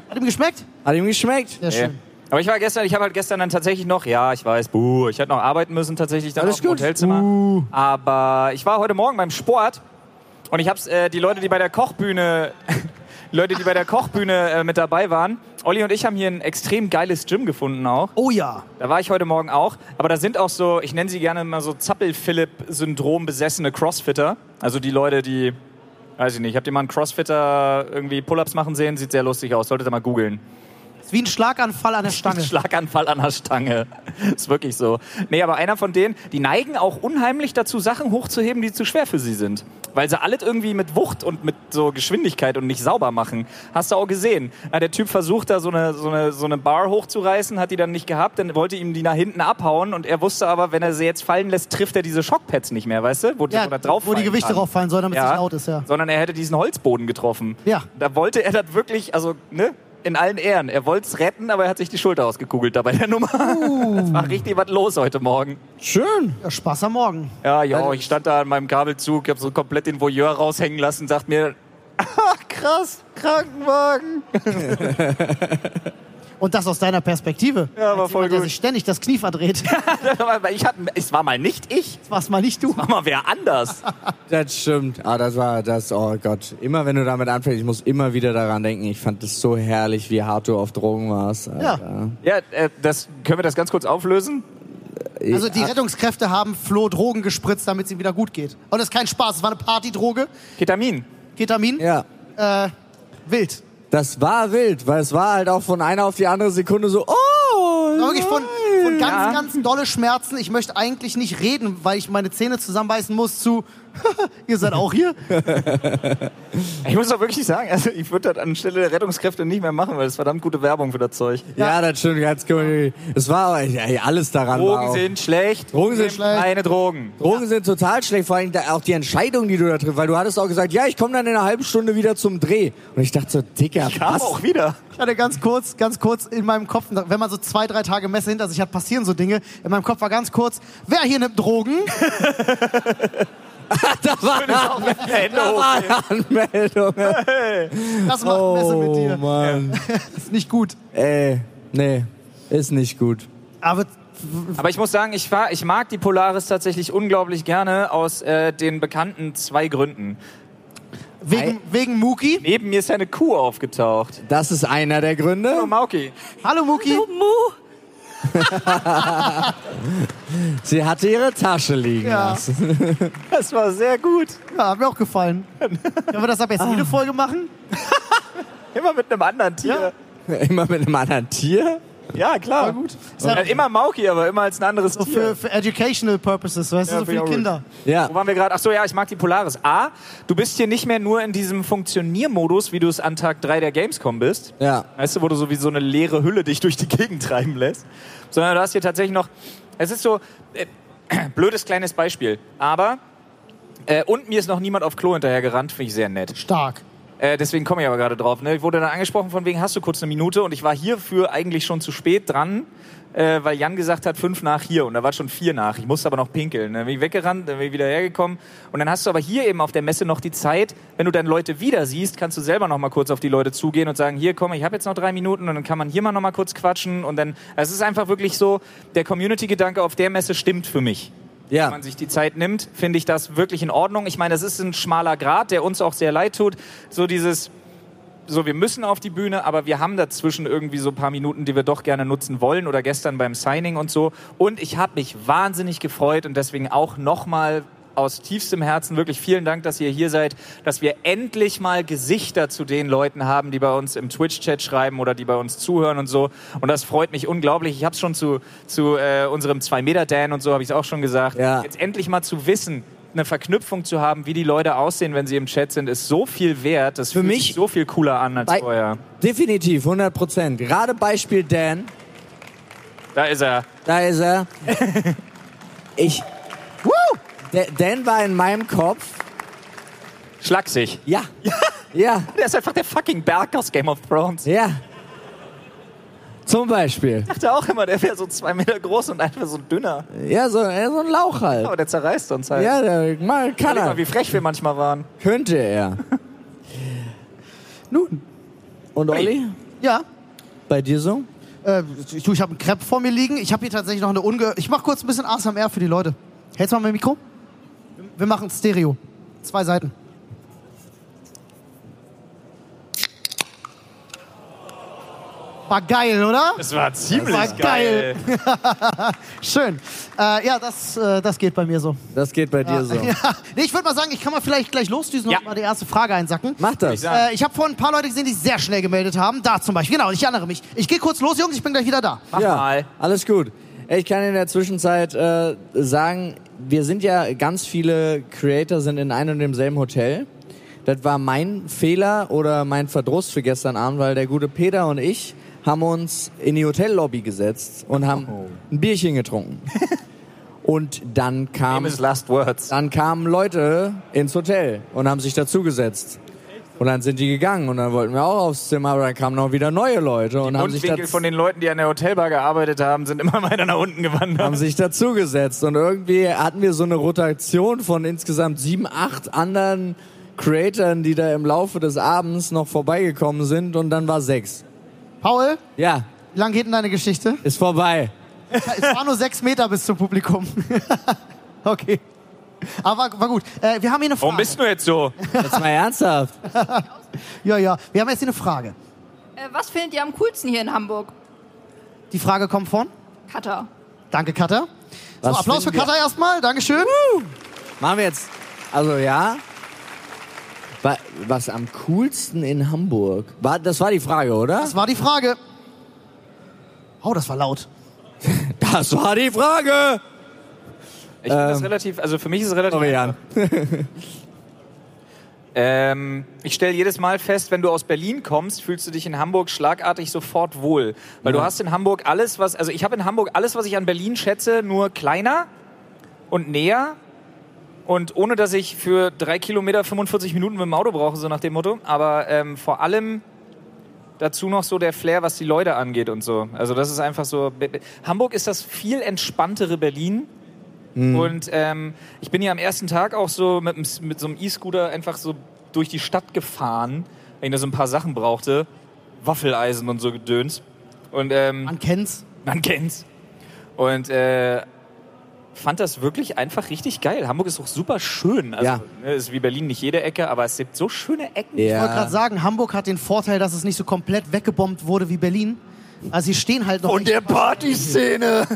[SPEAKER 1] Hat ihm geschmeckt?
[SPEAKER 2] Hat ihm geschmeckt.
[SPEAKER 1] Sehr
[SPEAKER 3] Ey.
[SPEAKER 1] schön.
[SPEAKER 3] Aber ich war gestern, ich habe halt gestern dann tatsächlich noch, ja, ich weiß, buh, ich hätte noch arbeiten müssen tatsächlich dann
[SPEAKER 2] Alles
[SPEAKER 3] auch im
[SPEAKER 2] gut. Uh.
[SPEAKER 3] Hotelzimmer. Aber ich war heute Morgen beim Sport und ich hab's, äh, die Leute, die bei der Kochbühne, die Leute, die bei der Kochbühne äh, mit dabei waren, Olli und ich haben hier ein extrem geiles Gym gefunden auch.
[SPEAKER 1] Oh ja.
[SPEAKER 3] Da war ich heute Morgen auch. Aber da sind auch so, ich nenne sie gerne mal so Zappel-Philipp-Syndrom besessene Crossfitter. Also die Leute, die, weiß ich nicht, habt ihr mal einen Crossfitter irgendwie Pull-Ups machen sehen? Sieht sehr lustig aus, solltet ihr mal googeln.
[SPEAKER 1] Ist wie ein Schlaganfall an der Stange.
[SPEAKER 3] Schlaganfall an der Stange. Ist wirklich so. Nee, aber einer von denen, die neigen auch unheimlich dazu, Sachen hochzuheben, die zu schwer für sie sind. Weil sie alles irgendwie mit Wucht und mit so Geschwindigkeit und nicht sauber machen. Hast du auch gesehen. Na, der Typ versucht da so eine, so, eine, so eine Bar hochzureißen, hat die dann nicht gehabt, dann wollte ihm die nach hinten abhauen und er wusste aber, wenn er sie jetzt fallen lässt, trifft er diese Schockpads nicht mehr, weißt du? Wo,
[SPEAKER 1] Ja,
[SPEAKER 3] da drauf
[SPEAKER 1] wo die
[SPEAKER 3] fallen
[SPEAKER 1] Gewichte
[SPEAKER 3] kann.
[SPEAKER 1] drauf fallen sollen, damit es nicht laut ist, ja.
[SPEAKER 3] Sondern er hätte diesen Holzboden getroffen.
[SPEAKER 1] Ja.
[SPEAKER 3] Da wollte er das wirklich, also, ne? In allen Ehren. Er wollte es retten, aber er hat sich die Schulter ausgekugelt dabei der Nummer.
[SPEAKER 1] Uh.
[SPEAKER 3] Das war richtig was los heute Morgen.
[SPEAKER 2] Schön.
[SPEAKER 1] Ja, Spaß am Morgen.
[SPEAKER 3] Ja,
[SPEAKER 1] Also
[SPEAKER 3] ja, ich stand da an meinem Kabelzug, hab so komplett den Voyeur raushängen lassen, sagt mir, ach krass, Krankenwagen.
[SPEAKER 1] Und das aus deiner Perspektive.
[SPEAKER 3] Ja, war
[SPEAKER 1] Als
[SPEAKER 3] voll
[SPEAKER 1] jemand, der
[SPEAKER 3] gut.
[SPEAKER 1] sich ständig das Knie verdreht.
[SPEAKER 3] Aber ich hab, es war mal nicht ich,
[SPEAKER 1] Das war's mal nicht du.
[SPEAKER 3] war mal wer anders.
[SPEAKER 2] Das stimmt. Ah, das war das, oh Gott. Immer wenn du damit anfängst, ich muss immer wieder daran denken. Ich fand es so herrlich, wie hart du auf Drogen warst. Alter.
[SPEAKER 3] Ja, äh, das, können wir das ganz kurz auflösen?
[SPEAKER 2] Ja.
[SPEAKER 1] Also die Rettungskräfte haben Flo Drogen gespritzt, damit es ihm wieder gut geht. Und das ist kein Spaß, es war eine Partydroge.
[SPEAKER 3] Ketamin.
[SPEAKER 1] Ketamin,
[SPEAKER 2] Ja.
[SPEAKER 1] äh, wild.
[SPEAKER 2] Das war wild, weil es war halt auch von einer auf die andere Sekunde so, oh!
[SPEAKER 1] Aber wirklich von, von ganz,
[SPEAKER 3] Ja.
[SPEAKER 1] ganz dolle Schmerzen. Ich möchte eigentlich nicht reden, weil ich meine Zähne zusammenbeißen muss zu, ihr seid auch hier.
[SPEAKER 3] Ich muss auch wirklich sagen, also ich würde das anstelle der Rettungskräfte nicht mehr machen, weil das ist verdammt gute Werbung für das Zeug.
[SPEAKER 2] ja, das stimmt, ganz cool. Es war aber- ey, alles daran. war
[SPEAKER 3] Drogen
[SPEAKER 2] auch,
[SPEAKER 3] sind schlecht.
[SPEAKER 2] Drogen sind
[SPEAKER 3] Nehmt
[SPEAKER 1] schlecht.
[SPEAKER 3] Keine Drogen.
[SPEAKER 2] Drogen sind total schlecht, vor allem da- auch die Entscheidung, die du da triffst, weil du hattest auch gesagt, ja, ich komme dann in einer halben Stunde wieder zum Dreh. Und ich dachte so, Dicker,
[SPEAKER 3] Kam
[SPEAKER 2] was?
[SPEAKER 3] auch wieder.
[SPEAKER 1] Ich hatte ganz kurz, ganz kurz in meinem Kopf, wenn man so zwei, drei Tage Messe hinter sich hat, passieren so Dinge. In meinem Kopf war ganz kurz, wer hier nimmt Drogen?
[SPEAKER 2] Da war Da war eine Anmeldung.
[SPEAKER 1] Das macht Messe mit
[SPEAKER 2] Oh,
[SPEAKER 1] dir.
[SPEAKER 2] Mann.
[SPEAKER 1] Ist nicht gut.
[SPEAKER 2] Ey, nee, ist nicht gut.
[SPEAKER 1] Aber
[SPEAKER 3] Aber ich muss sagen, ich, war, ich mag die Polaris tatsächlich unglaublich gerne aus äh, den bekannten zwei Gründen.
[SPEAKER 1] wegen, wegen Muki.
[SPEAKER 3] Neben mir ist ja eine Kuh aufgetaucht.
[SPEAKER 2] Das ist einer der Gründe.
[SPEAKER 3] Oh, Mauki.
[SPEAKER 1] Hallo Muki.
[SPEAKER 2] Sie hatte ihre Tasche liegen
[SPEAKER 1] Ja.
[SPEAKER 2] lassen.
[SPEAKER 3] Das war sehr gut.
[SPEAKER 1] Ja, hat mir auch gefallen. Können wir das ab jetzt
[SPEAKER 3] Ah.
[SPEAKER 1] jede Folge machen?
[SPEAKER 3] Immer mit einem anderen Tier.
[SPEAKER 2] Immer mit einem anderen Tier.
[SPEAKER 3] Ja, klar. War gut. immer Mauki, aber immer als ein anderes
[SPEAKER 1] So
[SPEAKER 3] Tier.
[SPEAKER 1] für, für educational purposes, weißt du,
[SPEAKER 3] Ja, find
[SPEAKER 1] so für
[SPEAKER 3] ich auch
[SPEAKER 1] die
[SPEAKER 3] gut.
[SPEAKER 1] Kinder.
[SPEAKER 2] Ja.
[SPEAKER 3] Wo waren wir gerade? Ach so, ja, ich mag die Polaris. A, du bist hier nicht mehr nur in diesem Funktioniermodus, wie du es an Tag 3 der Gamescom bist.
[SPEAKER 2] Ja.
[SPEAKER 3] Weißt du, wo du so wie so eine leere Hülle dich durch die Gegend treiben lässt. Sondern du hast hier tatsächlich noch... Es ist so... Äh, blödes kleines Beispiel. Aber... Äh, und mir ist noch niemand auf Klo hinterhergerannt, finde ich sehr nett.
[SPEAKER 1] Stark.
[SPEAKER 3] Äh, deswegen komme ich aber gerade drauf. Ne? Ich wurde dann angesprochen, von wegen hast du kurz eine Minute und ich war hierfür eigentlich schon zu spät dran, äh, weil Jan gesagt hat, fünf nach hier und da war schon vier nach. Ich musste aber noch pinkeln. Dann bin ich weggerannt, dann bin ich wieder hergekommen. Und dann hast du aber hier eben auf der Messe noch die Zeit, wenn du dann Leute wieder siehst, kannst du selber noch mal kurz auf die Leute zugehen und sagen, hier komm, ich habe jetzt noch drei Minuten und dann kann man hier mal noch mal kurz quatschen. Und dann, also es ist einfach wirklich so, der Community-Gedanke auf der Messe stimmt für mich wenn
[SPEAKER 2] Ja.
[SPEAKER 3] man sich die Zeit nimmt, finde ich das wirklich in Ordnung. Ich meine, das ist ein schmaler Grat, der uns auch sehr leid tut. So dieses, so wir müssen auf die Bühne, aber wir haben dazwischen irgendwie so ein paar Minuten, die wir doch gerne nutzen wollen oder gestern beim Signing und so. Und ich habe mich wahnsinnig gefreut und deswegen auch nochmal aus tiefstem Herzen wirklich vielen Dank, dass ihr hier seid, dass wir endlich mal Gesichter zu den Leuten haben, die bei uns im Twitch-Chat schreiben oder die bei uns zuhören und so. Und das freut mich unglaublich. Ich habe es schon zu, zu äh, unserem 2-Meter-Dan und so, habe ich es auch schon gesagt.
[SPEAKER 2] Ja.
[SPEAKER 3] Jetzt endlich mal zu wissen, eine Verknüpfung zu haben, wie die Leute aussehen, wenn sie im Chat sind, ist so viel wert. Das fühlt
[SPEAKER 2] mich-
[SPEAKER 3] sich so viel cooler an als
[SPEAKER 2] Bei-
[SPEAKER 3] vorher.
[SPEAKER 2] Definitiv, 100 Prozent. Gerade Beispiel Dan.
[SPEAKER 3] Da ist er.
[SPEAKER 2] Da ist er. Ich. Woo! Da- Dan war in meinem Kopf.
[SPEAKER 3] Schlagsig.
[SPEAKER 2] Ja. Ja.
[SPEAKER 3] Der ist einfach der fucking Berg aus Game of Thrones. Ich
[SPEAKER 2] Ja. Zum Beispiel.
[SPEAKER 3] dachte auch immer, der wäre so zwei Meter groß und einfach so dünner.
[SPEAKER 2] Ja, so, ja, so ein Lauch halt.
[SPEAKER 3] Aber der zerreißt uns halt.
[SPEAKER 2] Ja, der, mal kann
[SPEAKER 3] Oh, Überleg
[SPEAKER 2] er.
[SPEAKER 3] mal, wie frech wir manchmal waren.
[SPEAKER 2] Könnte er. Nun. Und Olli,
[SPEAKER 1] Ja.
[SPEAKER 2] bei dir so?
[SPEAKER 1] Äh, ich du, ich habe einen Crepe vor mir liegen. Ich habe hier tatsächlich noch eine unge... Ich mache kurz ein bisschen ASMR für die Leute. Hältst du mal mein Mikro? Wir machen Stereo. Zwei Seiten. War geil, oder?
[SPEAKER 3] Das war ziemlich
[SPEAKER 1] Das war geil. Schön. Äh, ja, das, äh, das geht bei mir so.
[SPEAKER 2] Das geht bei
[SPEAKER 3] Ah,
[SPEAKER 2] dir so.
[SPEAKER 1] Ja. Nee, ich würde mal sagen, ich kann mal vielleicht gleich losdüsen
[SPEAKER 3] Ja.
[SPEAKER 1] und mal die erste Frage einsacken.
[SPEAKER 2] Mach das.
[SPEAKER 3] sag-
[SPEAKER 1] Äh, ich habe vorhin ein paar Leute gesehen, die sich sehr schnell gemeldet haben. Da zum Beispiel. Genau, ich erinnere mich. Ich gehe kurz los, Jungs, ich bin gleich wieder da.
[SPEAKER 3] Mach mal.
[SPEAKER 2] Alles gut. Ich kann in der Zwischenzeit äh, sagen, wir sind ja ganz viele Creator sind in einem und demselben Hotel. Das war mein Fehler oder mein Verdruss für gestern Abend, weil der gute Peter und ich haben uns in die Hotellobby gesetzt und haben
[SPEAKER 3] Oh.
[SPEAKER 2] ein Bierchen getrunken. und dann kam
[SPEAKER 3] Famous Last Words.
[SPEAKER 2] dann kamen Leute ins Hotel und haben sich dazugesetzt. Und dann sind die gegangen und dann wollten wir auch aufs Zimmer, aber dann kamen noch wieder neue Leute und haben sich,
[SPEAKER 3] Mundwinkel
[SPEAKER 2] daz-
[SPEAKER 3] von den Leuten, die an der Hotelbar gearbeitet haben, sind immer weiter nach unten
[SPEAKER 2] haben
[SPEAKER 3] gewandert.
[SPEAKER 2] sich dazugesetzt. Und irgendwie hatten wir so eine Rotation von insgesamt sieben, acht anderen Creatoren, die da im Laufe des Abends noch vorbeigekommen sind und dann war sechs.
[SPEAKER 1] Paul,
[SPEAKER 2] Ja,
[SPEAKER 1] wie lang geht denn deine Geschichte?
[SPEAKER 2] ist vorbei.
[SPEAKER 1] es waren nur sechs Meter bis zum Publikum. okay. Aber war, war gut. Äh, wir haben hier eine Frage.
[SPEAKER 3] Warum bist du jetzt so?
[SPEAKER 2] Jetzt mal ernsthaft.
[SPEAKER 1] ja, ja. Wir haben jetzt hier eine Frage.
[SPEAKER 4] Äh, was findet ihr am coolsten hier in Hamburg?
[SPEAKER 1] Die Frage kommt von.
[SPEAKER 4] Cutter.
[SPEAKER 1] Danke, Katha. So,
[SPEAKER 2] Was
[SPEAKER 1] Applaus für
[SPEAKER 2] finden wir-
[SPEAKER 1] Katha erstmal. Dankeschön.
[SPEAKER 2] Machen wir jetzt. Also ja. Wa- Was am coolsten in Hamburg? War, das war die Frage, oder?
[SPEAKER 1] Das war die Frage. Oh, das war laut.
[SPEAKER 2] Das war die Frage.
[SPEAKER 3] Ich finde
[SPEAKER 2] Ähm.
[SPEAKER 3] das relativ, also für mich ist es relativ.
[SPEAKER 2] Sorry, Jan.
[SPEAKER 3] Ähm, ich stelle jedes Mal fest, wenn du aus Berlin kommst, fühlst du dich in Hamburg schlagartig sofort wohl. Weil du hast in Hamburg alles, was, also ich habe in Hamburg alles, was ich an Berlin schätze, nur kleiner und näher. Und ohne, dass ich für drei Kilometer 45 Minuten mit dem Auto brauche, so nach dem Motto. Aber ähm, vor allem dazu noch so der Flair, was die Leute angeht und so. Also das ist einfach so. Be- Be- Hamburg ist das viel entspanntere Berlin. Und ähm, ich bin hier am ersten Tag auch so mit, dem S- mit so einem E-Scooter einfach so durch die Stadt gefahren, weil ich da so ein paar Sachen brauchte. Waffeleisen und so gedöns. Und ähm,
[SPEAKER 1] Man kennt's.
[SPEAKER 3] man kennt's. Und äh, fand das wirklich einfach richtig geil. Hamburg ist auch super schön. Also,
[SPEAKER 2] Ja.
[SPEAKER 3] ne, ist wie Berlin nicht jede Ecke, aber es gibt so schöne Ecken.
[SPEAKER 1] Ich wollte gerade
[SPEAKER 2] Ja.
[SPEAKER 1] sagen, Hamburg hat den Vorteil, dass es nicht so komplett weggebombt wurde wie Berlin. Also hier stehen halt noch, echt,
[SPEAKER 3] der Partyszene.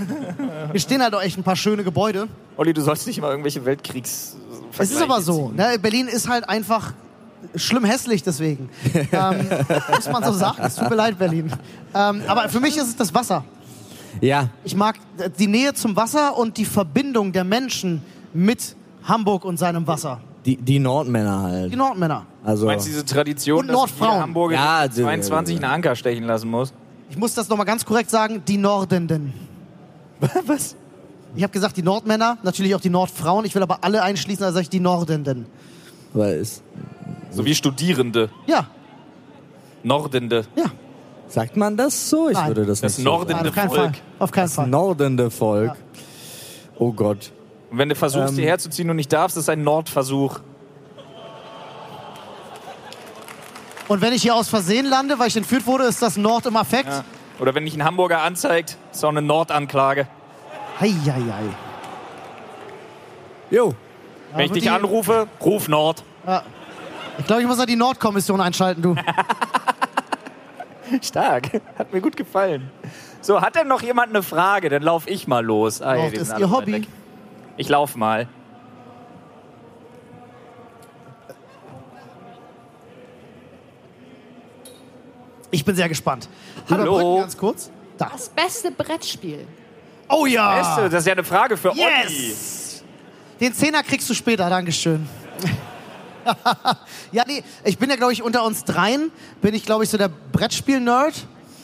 [SPEAKER 1] hier stehen halt noch echt ein paar schöne Gebäude.
[SPEAKER 3] Olli, du sollst nicht immer irgendwelche Weltkriegs.
[SPEAKER 1] Es ist aber so, ne? Berlin ist halt einfach schlimm hässlich deswegen. ähm, muss man so sagen. Es tut mir leid, Berlin. Ähm, aber für mich ist es das Wasser.
[SPEAKER 2] Ja,
[SPEAKER 1] Ich mag äh, die Nähe zum Wasser und die Verbindung der Menschen mit Hamburg und seinem Wasser.
[SPEAKER 2] die, die Nordmänner halt.
[SPEAKER 1] Die Nordmänner.
[SPEAKER 2] Also,
[SPEAKER 3] Du meinst diese Tradition,
[SPEAKER 1] Und
[SPEAKER 3] dass
[SPEAKER 1] Nordfrauen.
[SPEAKER 3] jeder Hamburger
[SPEAKER 2] Ja, also, äh,
[SPEAKER 3] mit 22 einen Anker stechen lassen muss?
[SPEAKER 1] Ich muss das nochmal ganz korrekt sagen, die Nordenden.
[SPEAKER 3] Was?
[SPEAKER 1] Ich habe gesagt, die Nordmänner, natürlich auch die Nordfrauen. Ich will aber alle einschließen, also sage ich die Nordenden.
[SPEAKER 2] weil es
[SPEAKER 3] So wie Studierende,
[SPEAKER 1] Ja,
[SPEAKER 3] Nordende.
[SPEAKER 1] ja.
[SPEAKER 2] Sagt man das so? Ich
[SPEAKER 1] Nein.
[SPEAKER 2] würde das,
[SPEAKER 3] Das
[SPEAKER 2] nicht so
[SPEAKER 3] Norden-
[SPEAKER 2] sagen.
[SPEAKER 1] Nein, auf keinen Fall.
[SPEAKER 3] Volk.
[SPEAKER 1] Auf keinen
[SPEAKER 2] Das
[SPEAKER 1] Fall.
[SPEAKER 2] nordende Volk. Oh Gott.
[SPEAKER 3] Und wenn du versuchst,
[SPEAKER 2] Ähm.
[SPEAKER 3] hierher zu ziehen und nicht darfst, ist ein Nordversuch.
[SPEAKER 1] Und wenn ich hier aus Versehen lande, weil ich entführt wurde, ist das Nord im Affekt.
[SPEAKER 3] Ja. Oder wenn dich ein Hamburger anzeigt, ist auch eine Nordanklage.
[SPEAKER 1] Heieiei.
[SPEAKER 2] Jo.
[SPEAKER 3] Wenn ich
[SPEAKER 1] wird
[SPEAKER 3] dich
[SPEAKER 1] die-
[SPEAKER 3] anrufe, ruf Nord.
[SPEAKER 1] Ich glaube, ich muss da die Nordkommission einschalten, du.
[SPEAKER 3] Stark. Hat mir gut gefallen. So, hat denn noch jemand eine Frage? Dann lauf ich mal los. Ah,
[SPEAKER 1] Nord
[SPEAKER 3] die
[SPEAKER 1] ist
[SPEAKER 3] sind
[SPEAKER 1] ihr
[SPEAKER 3] alle weit
[SPEAKER 1] Hobby.
[SPEAKER 3] weg. Ich lauf mal.
[SPEAKER 1] Ich bin sehr gespannt.
[SPEAKER 3] Hallo.
[SPEAKER 1] Überbrücken Ganz kurz. Da.
[SPEAKER 5] Das beste Brettspiel.
[SPEAKER 1] Oh ja.
[SPEAKER 3] Weißt du, das ist ja eine Frage für Otti.
[SPEAKER 1] Yes! Den Zehner kriegst du später, Dankeschön. ja, nee, ich bin ja, glaube ich, unter uns dreien, bin ich, glaube ich, so der Brettspiel-Nerd.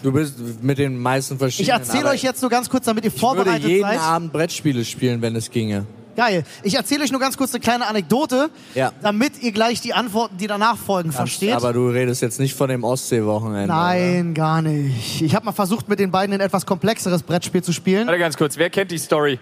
[SPEAKER 2] Du bist mit den meisten
[SPEAKER 1] Ich
[SPEAKER 2] verschiedenen.
[SPEAKER 1] erzähle
[SPEAKER 2] aber
[SPEAKER 1] euch jetzt nur ganz kurz, damit ihr
[SPEAKER 2] Ich würde
[SPEAKER 1] vorbereitet
[SPEAKER 2] jeden
[SPEAKER 1] seid.
[SPEAKER 2] Abend Brettspiele spielen, wenn es ginge.
[SPEAKER 1] Geil. Ich erzähle euch nur ganz kurz eine kleine Anekdote,
[SPEAKER 2] Ja.
[SPEAKER 1] damit ihr gleich die Antworten, die danach folgen, versteht.
[SPEAKER 2] Aber du redest jetzt nicht von dem Ostseewochenende.
[SPEAKER 1] Nein, gar nicht. Ich habe mal versucht, mit den beiden ein etwas komplexeres Brettspiel zu spielen.
[SPEAKER 3] Warte ganz kurz, wer kennt die Story?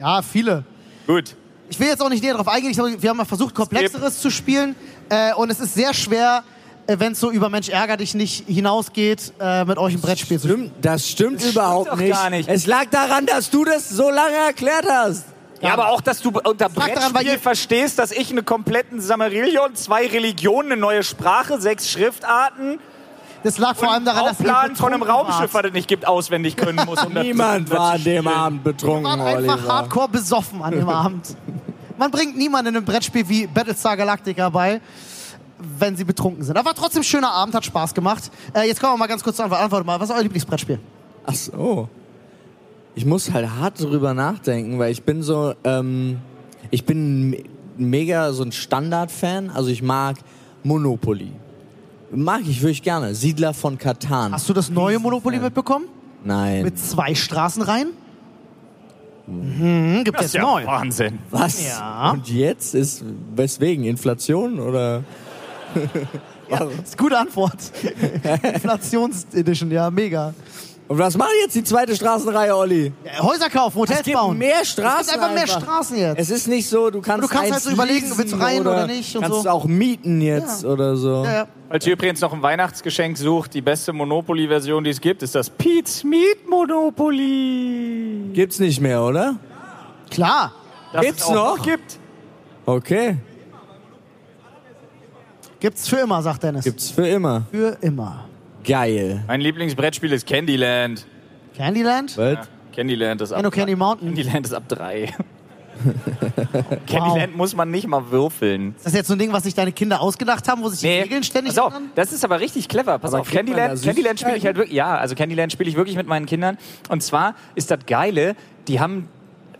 [SPEAKER 1] Ja, viele.
[SPEAKER 3] Gut.
[SPEAKER 1] Ich will jetzt auch nicht näher darauf eingehen. Ich glaube, wir haben mal versucht, komplexeres zu spielen. Äh, und es ist sehr schwer, äh, wenn es so über Mensch ärger dich nicht hinausgeht, äh, mit euch ein Brettspiel zu spielen.
[SPEAKER 2] Stimmt, das stimmt überhaupt
[SPEAKER 3] doch
[SPEAKER 2] nicht.
[SPEAKER 3] gar nicht.
[SPEAKER 2] Es lag daran, dass du das so lange erklärt hast.
[SPEAKER 3] Ja, aber auch, dass du unter
[SPEAKER 1] daran,
[SPEAKER 3] Brettspiel
[SPEAKER 1] weil ihr-
[SPEAKER 3] verstehst, dass ich einen kompletten Samarillion, zwei Religionen, eine neue Sprache, sechs Schriftarten,
[SPEAKER 1] Das lag vor allem
[SPEAKER 3] einen
[SPEAKER 1] daran, dass ihr
[SPEAKER 3] Bauplan von einem
[SPEAKER 1] betrunken
[SPEAKER 3] Raumschiff, was
[SPEAKER 1] wart.
[SPEAKER 3] es nicht gibt, auswendig können muss. Um das
[SPEAKER 2] Niemand
[SPEAKER 3] zu-
[SPEAKER 2] war an
[SPEAKER 3] zu spielen.
[SPEAKER 2] dem Abend betrunken,
[SPEAKER 1] Wir waren einfach
[SPEAKER 2] Oh, Oliver.
[SPEAKER 1] hardcore besoffen an dem Abend. Man bringt niemanden in einem Brettspiel wie Battlestar Galactica bei, wenn sie betrunken sind. Aber war trotzdem ein schöner Abend, hat Spaß gemacht. Äh, jetzt kommen wir mal ganz kurz zur Antwort. Antwort mal. Was ist euer Lieblingsbrettspiel?
[SPEAKER 2] Ach so. Ich muss halt hart drüber nachdenken, weil ich bin so, ähm, ich bin me- mega so ein Standard-Fan. Also ich mag Monopoly. Mag ich, würde ich gerne. Siedler von Katan.
[SPEAKER 1] Hast du das neue Monopoly mitbekommen?
[SPEAKER 2] Nein.
[SPEAKER 1] Mit zwei Straßenreihen? Mhm, gibt
[SPEAKER 3] Das ist
[SPEAKER 1] jetzt
[SPEAKER 3] ja
[SPEAKER 1] neu.
[SPEAKER 3] Wahnsinn.
[SPEAKER 2] Was?
[SPEAKER 1] Ja.
[SPEAKER 2] Und jetzt ist, weswegen? Inflation oder?
[SPEAKER 1] Das ist eine gute Antwort. Inflationsedition, ja, mega.
[SPEAKER 2] Und was macht jetzt die zweite Straßenreihe, Olli?
[SPEAKER 1] Ja, Häuserkauf, Hotels
[SPEAKER 2] Es gibt
[SPEAKER 1] bauen.
[SPEAKER 2] mehr
[SPEAKER 1] es
[SPEAKER 2] Straßen.
[SPEAKER 1] gibt einfach mehr
[SPEAKER 2] einfach.
[SPEAKER 1] Straßen jetzt.
[SPEAKER 2] Es ist nicht so, du kannst,
[SPEAKER 1] Du kannst
[SPEAKER 2] eins
[SPEAKER 1] halt so überlegen,
[SPEAKER 2] leasen
[SPEAKER 1] willst du rein oder
[SPEAKER 2] oder
[SPEAKER 1] nicht und
[SPEAKER 2] kannst
[SPEAKER 1] so.
[SPEAKER 2] es auch mieten jetzt
[SPEAKER 1] Ja.
[SPEAKER 2] oder so.
[SPEAKER 1] Ja, ja.
[SPEAKER 3] Falls ihr übrigens noch ein Weihnachtsgeschenk sucht, die beste Monopoly-Version, die es gibt, ist das Pete's Meat Monopoly.
[SPEAKER 2] Gibt's nicht mehr, oder?
[SPEAKER 1] Klar.
[SPEAKER 3] Das
[SPEAKER 2] Gibt's
[SPEAKER 3] es auch
[SPEAKER 2] noch?
[SPEAKER 3] Gibt.
[SPEAKER 2] Okay,
[SPEAKER 1] Gibt's für immer, sagt Dennis.
[SPEAKER 2] gibt's für immer.
[SPEAKER 1] Für immer.
[SPEAKER 2] Geil.
[SPEAKER 3] Mein Lieblingsbrettspiel ist Candyland.
[SPEAKER 1] Candyland?
[SPEAKER 2] Was?
[SPEAKER 3] Ja, Candyland ist ab.
[SPEAKER 1] Enno Candy Mountain.
[SPEAKER 3] Candyland ist ab drei. Candyland muss man nicht mal würfeln.
[SPEAKER 1] Ist das jetzt so ein Ding, was sich deine Kinder ausgedacht haben, wo sich die Regeln ständig
[SPEAKER 2] Also.
[SPEAKER 3] Pass auf,
[SPEAKER 1] ändern?
[SPEAKER 3] das ist aber richtig clever. Pass
[SPEAKER 2] Aber
[SPEAKER 3] auf,
[SPEAKER 2] kriegt man da
[SPEAKER 3] Candyland, Candyland spiele ich halt wirklich. Ja, also Candyland spiele ich wirklich mit meinen Kindern. Und zwar ist das Geile, die haben.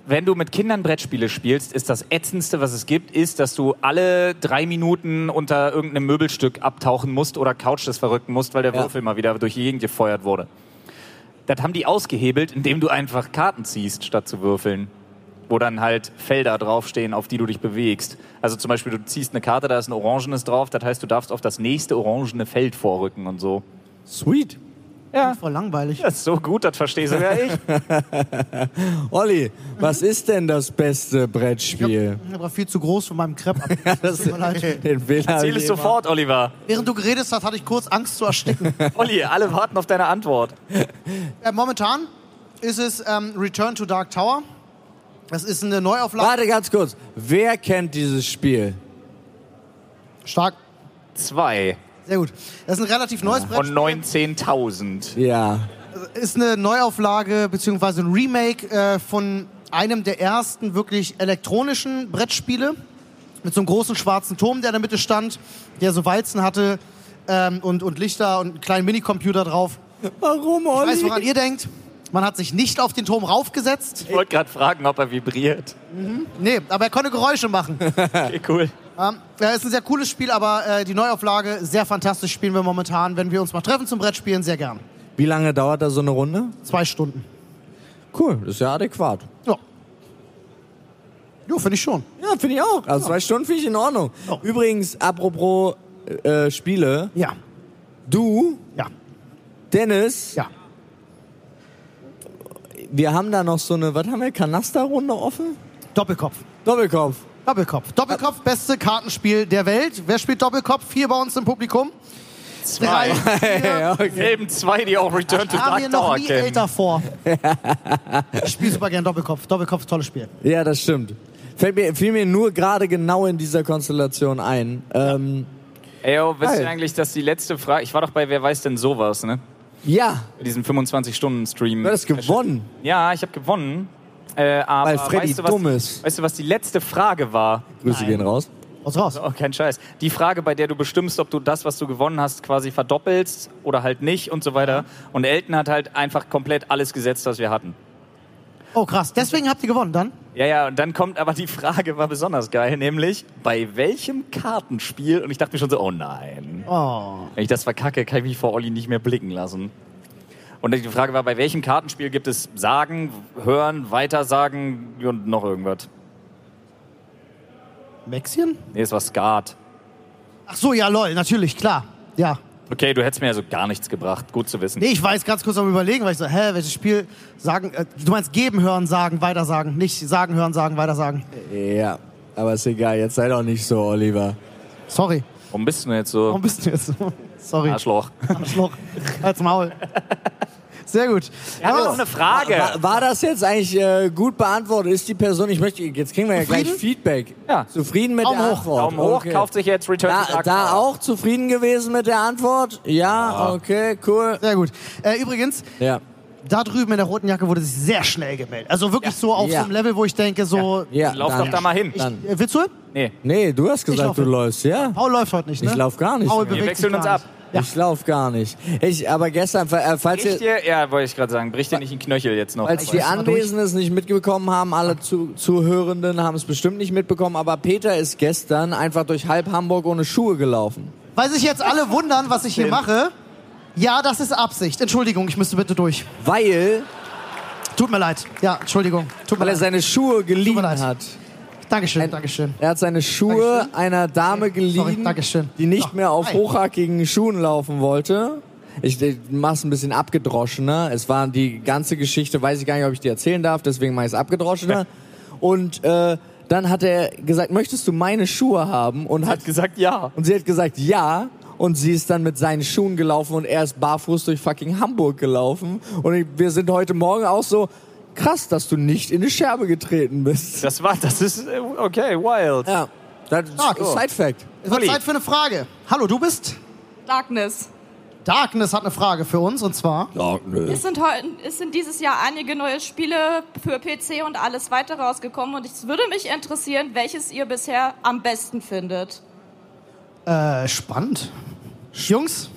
[SPEAKER 3] Wenn du mit Kindern Brettspiele spielst, ist das ätzendste, was es gibt, ist, dass du alle drei Minuten unter irgendeinem Möbelstück abtauchen musst oder Couches verrücken musst, weil der
[SPEAKER 2] Ja.
[SPEAKER 3] Würfel mal wieder durch die Gegend gefeuert wurde. Das haben die ausgehebelt, indem du einfach Karten ziehst, statt zu würfeln wo dann halt Felder draufstehen, auf die du dich bewegst. Also zum Beispiel, du ziehst eine Karte, da ist ein Orangenes drauf, das heißt, du darfst auf das nächste orangene Feld vorrücken und so.
[SPEAKER 2] Sweet.
[SPEAKER 3] Ja,
[SPEAKER 1] Voll langweilig.
[SPEAKER 3] das ist so gut, das verstehe sogar ich.
[SPEAKER 2] Olli, was ist denn das beste Brettspiel?
[SPEAKER 1] Ich war viel zu groß von meinem Crepe. ab.
[SPEAKER 2] Das,
[SPEAKER 1] tut mir leid.
[SPEAKER 2] den Fehler hab
[SPEAKER 3] Erzähl
[SPEAKER 2] ich
[SPEAKER 3] es
[SPEAKER 2] immer.
[SPEAKER 3] sofort, Oliver.
[SPEAKER 1] Während du geredet hast, hatte ich kurz Angst zu ersticken.
[SPEAKER 3] Olli, alle warten auf deine Antwort.
[SPEAKER 1] äh, momentan ist es ähm, Return to Dark Tower. Das ist eine Neuauflage.
[SPEAKER 2] Warte ganz kurz. Wer kennt dieses Spiel?
[SPEAKER 1] Stark.
[SPEAKER 3] Zwei
[SPEAKER 1] Sehr gut. Das ist ein relativ neues Brett.
[SPEAKER 3] von 19.000.
[SPEAKER 2] Ja.
[SPEAKER 1] ist eine Neuauflage beziehungsweise ein Remake äh, von einem der ersten wirklich elektronischen Brettspiele mit so einem großen schwarzen Turm, der in der Mitte stand, der so Walzen hatte ähm, und, und Lichter und einen kleinen Minicomputer drauf.
[SPEAKER 2] Warum,
[SPEAKER 1] Ich weiß,
[SPEAKER 2] Olli?
[SPEAKER 1] woran ihr denkt. Man hat sich nicht auf den Turm raufgesetzt.
[SPEAKER 3] Ich wollte gerade fragen, ob er vibriert.
[SPEAKER 1] Nee, aber er konnte Geräusche machen.
[SPEAKER 3] Okay, cool.
[SPEAKER 1] Ähm, ja, ist ein sehr cooles Spiel, aber äh, die Neuauflage, sehr fantastisch, spielen wir momentan. Wenn wir uns mal treffen zum Brettspielen, sehr gern.
[SPEAKER 2] Wie lange dauert da so eine Runde?
[SPEAKER 1] Zwei Stunden.
[SPEAKER 2] Cool, das ist ja adäquat.
[SPEAKER 1] Ja. Jo, finde ich schon.
[SPEAKER 2] Ja, finde ich auch. Also zwei Stunden finde ich in Ordnung. Übrigens, apropos äh, Spiele.
[SPEAKER 1] Ja,
[SPEAKER 2] Du,
[SPEAKER 1] ja,
[SPEAKER 2] Dennis,
[SPEAKER 1] ja.
[SPEAKER 2] wir haben da noch so eine, was haben wir, Kanasterrunde offen?
[SPEAKER 1] Doppelkopf.
[SPEAKER 2] Doppelkopf.
[SPEAKER 1] Doppelkopf. Doppelkopf, beste Kartenspiel der Welt. Wer spielt Doppelkopf? Vier bei uns im Publikum. Drei.
[SPEAKER 2] ja, okay.
[SPEAKER 3] Eben zwei, die auch Return to
[SPEAKER 1] Haben
[SPEAKER 3] Dark
[SPEAKER 1] wir noch
[SPEAKER 3] Tower
[SPEAKER 1] nie
[SPEAKER 3] kennen.
[SPEAKER 1] älter vor. ich spiele super gern Doppelkopf. Doppelkopf, tolles Spiel.
[SPEAKER 2] ja, das stimmt. Fällt mir, fiel mir nur gerade genau in dieser Konstellation ein. Ähm,
[SPEAKER 3] Ey, yo, wisst
[SPEAKER 2] Geil.
[SPEAKER 3] ihr eigentlich, dass die letzte Frage... Ich war doch bei Wer weiß denn sowas, ne?
[SPEAKER 2] ja,
[SPEAKER 3] Bei diesem 25-Stunden-Stream.
[SPEAKER 2] du hattest gewonnen.
[SPEAKER 3] Ja, ich habe gewonnen. Äh, aber
[SPEAKER 2] Weil Freddy
[SPEAKER 3] weißt du, was,
[SPEAKER 2] dumm ist.
[SPEAKER 3] Weißt du, was die letzte Frage war?
[SPEAKER 2] Grüße gehen raus.
[SPEAKER 1] Was raus?
[SPEAKER 3] Oh, kein Scheiß. Die Frage, bei der du bestimmst, ob du das, was du gewonnen hast, quasi verdoppelst oder halt nicht und so weiter. Und Elton hat halt einfach komplett alles gesetzt, was wir hatten.
[SPEAKER 1] Oh, krass. Deswegen habt ihr gewonnen dann?
[SPEAKER 3] Ja, ja, und dann kommt aber die Frage, war besonders geil, nämlich bei welchem Kartenspiel? Und ich dachte mir schon so, oh nein.
[SPEAKER 1] Oh.
[SPEAKER 3] Wenn ich das verkacke, kann ich mich vor Olli nicht mehr blicken lassen. Und die Frage war, bei welchem Kartenspiel gibt es Sagen, Hören, Weitersagen und noch irgendwas?
[SPEAKER 1] Mexien?
[SPEAKER 3] Nee, es war Skat.
[SPEAKER 1] Ach so, ja, lol. Natürlich, klar. Ja.
[SPEAKER 3] Okay, du hättest mir also gar nichts gebracht. Gut zu wissen.
[SPEAKER 1] Nee, ich weiß ganz kurz am überlegen, weil ich so, hä, welches Spiel sagen, äh, du meinst geben, hören, sagen, weitersagen. Nicht sagen, hören, sagen, weitersagen.
[SPEAKER 2] Ja, aber ist egal, jetzt sei doch nicht so, Oliver.
[SPEAKER 1] Sorry.
[SPEAKER 3] Warum bist du denn jetzt so
[SPEAKER 1] Warum bist du jetzt so? Sorry.
[SPEAKER 3] Arschloch?
[SPEAKER 1] Arschloch. Als Maul. Sehr gut.
[SPEAKER 3] Er hat
[SPEAKER 1] Aber-
[SPEAKER 3] noch
[SPEAKER 2] Ah.
[SPEAKER 3] eine Frage.
[SPEAKER 2] War, war das jetzt eigentlich äh, gut beantwortet? Ist die Person, ich möchte, jetzt kriegen wir ja gleich
[SPEAKER 1] Zufrieden?
[SPEAKER 2] Feedback.
[SPEAKER 3] Ja.
[SPEAKER 2] Zufrieden mit
[SPEAKER 1] Daumen
[SPEAKER 2] der
[SPEAKER 1] hoch.
[SPEAKER 2] Antwort?
[SPEAKER 3] Daumen hoch,
[SPEAKER 2] Okay.
[SPEAKER 3] kauft sich jetzt Return to
[SPEAKER 2] Da,
[SPEAKER 3] Dark
[SPEAKER 2] da
[SPEAKER 3] Tower.
[SPEAKER 2] auch zufrieden gewesen mit der Antwort? Ja, okay, cool.
[SPEAKER 1] Sehr gut. Äh, übrigens,
[SPEAKER 2] Ja.
[SPEAKER 1] da drüben in der roten Jacke wurde sich sehr schnell gemeldet. Also wirklich so auf
[SPEAKER 2] Ja.
[SPEAKER 1] so einem Level, wo ich denke, so.
[SPEAKER 2] ja
[SPEAKER 3] Lauf doch da mal hin.
[SPEAKER 1] Ich,
[SPEAKER 2] Dann.
[SPEAKER 1] äh, willst du?
[SPEAKER 3] Nee,
[SPEAKER 2] Nee, du hast
[SPEAKER 1] Ich
[SPEAKER 2] gesagt,
[SPEAKER 1] laufe.
[SPEAKER 2] du läufst, ja?
[SPEAKER 1] Paul läuft heute nicht, ne?
[SPEAKER 2] Ich lauf gar nicht.
[SPEAKER 1] Paul
[SPEAKER 2] Wir
[SPEAKER 1] bewegt
[SPEAKER 3] wechseln
[SPEAKER 1] sich
[SPEAKER 3] uns
[SPEAKER 1] gar
[SPEAKER 3] ab.
[SPEAKER 1] nicht.
[SPEAKER 2] Ich lauf gar nicht. Ich, aber gestern, äh, falls
[SPEAKER 3] bricht
[SPEAKER 2] ihr,
[SPEAKER 3] dir, ja, wollte ich gerade sagen, bricht dir nicht ein Knöchel jetzt noch.
[SPEAKER 2] falls die
[SPEAKER 1] mal
[SPEAKER 2] Anwesenden es nicht mitbekommen haben, alle
[SPEAKER 1] Ah.
[SPEAKER 2] zu, Zuhörenden haben es bestimmt nicht mitbekommen, aber Peter ist gestern einfach durch halb Hamburg ohne Schuhe gelaufen.
[SPEAKER 1] Weil sich jetzt alle wundern, was ich hier mache. Ja, das ist Absicht. Entschuldigung, ich müsste bitte durch.
[SPEAKER 2] Weil,
[SPEAKER 1] Tut mir leid. Ja, Entschuldigung. Tut mir
[SPEAKER 2] weil er
[SPEAKER 1] leid.
[SPEAKER 2] seine Schuhe geliehen
[SPEAKER 1] leid.
[SPEAKER 2] hat.
[SPEAKER 1] Dankeschön, Dankeschön.
[SPEAKER 2] Er hat seine Schuhe
[SPEAKER 1] Dankeschön.
[SPEAKER 2] einer Dame geliehen,
[SPEAKER 1] Dankeschön.
[SPEAKER 2] die nicht
[SPEAKER 1] Ja.
[SPEAKER 2] mehr auf
[SPEAKER 1] Hi.
[SPEAKER 2] hochhackigen Schuhen laufen wollte. Ich, ich mach's ein bisschen abgedroschener. Es war die ganze Geschichte, weiß ich gar nicht, ob ich die erzählen darf, deswegen mach ich's abgedroschener. Und äh, dann hat er gesagt, möchtest du meine Schuhe haben? Und hat,
[SPEAKER 3] hat gesagt, ja.
[SPEAKER 2] und sie hat gesagt, ja. Und sie ist dann mit seinen Schuhen gelaufen und er ist barfuß durch fucking Hamburg gelaufen. Und ich, wir sind heute Morgen auch so, krass, dass du nicht in die Scherbe getreten bist.
[SPEAKER 3] Das war, das ist, äh, okay, wild.
[SPEAKER 2] Ja, das ist
[SPEAKER 1] Stark.
[SPEAKER 2] ein Side-Fact.
[SPEAKER 1] Es wird
[SPEAKER 3] Olli.
[SPEAKER 1] Zeit für eine Frage. Hallo, du bist?
[SPEAKER 4] Darkness.
[SPEAKER 1] Darkness hat eine Frage für uns und zwar.
[SPEAKER 4] Es sind, heu- es sind dieses Jahr einige neue Spiele für PC und alles weitere rausgekommen und es würde mich interessieren, welches ihr bisher am besten findet.
[SPEAKER 1] Äh, spannend. Jungs,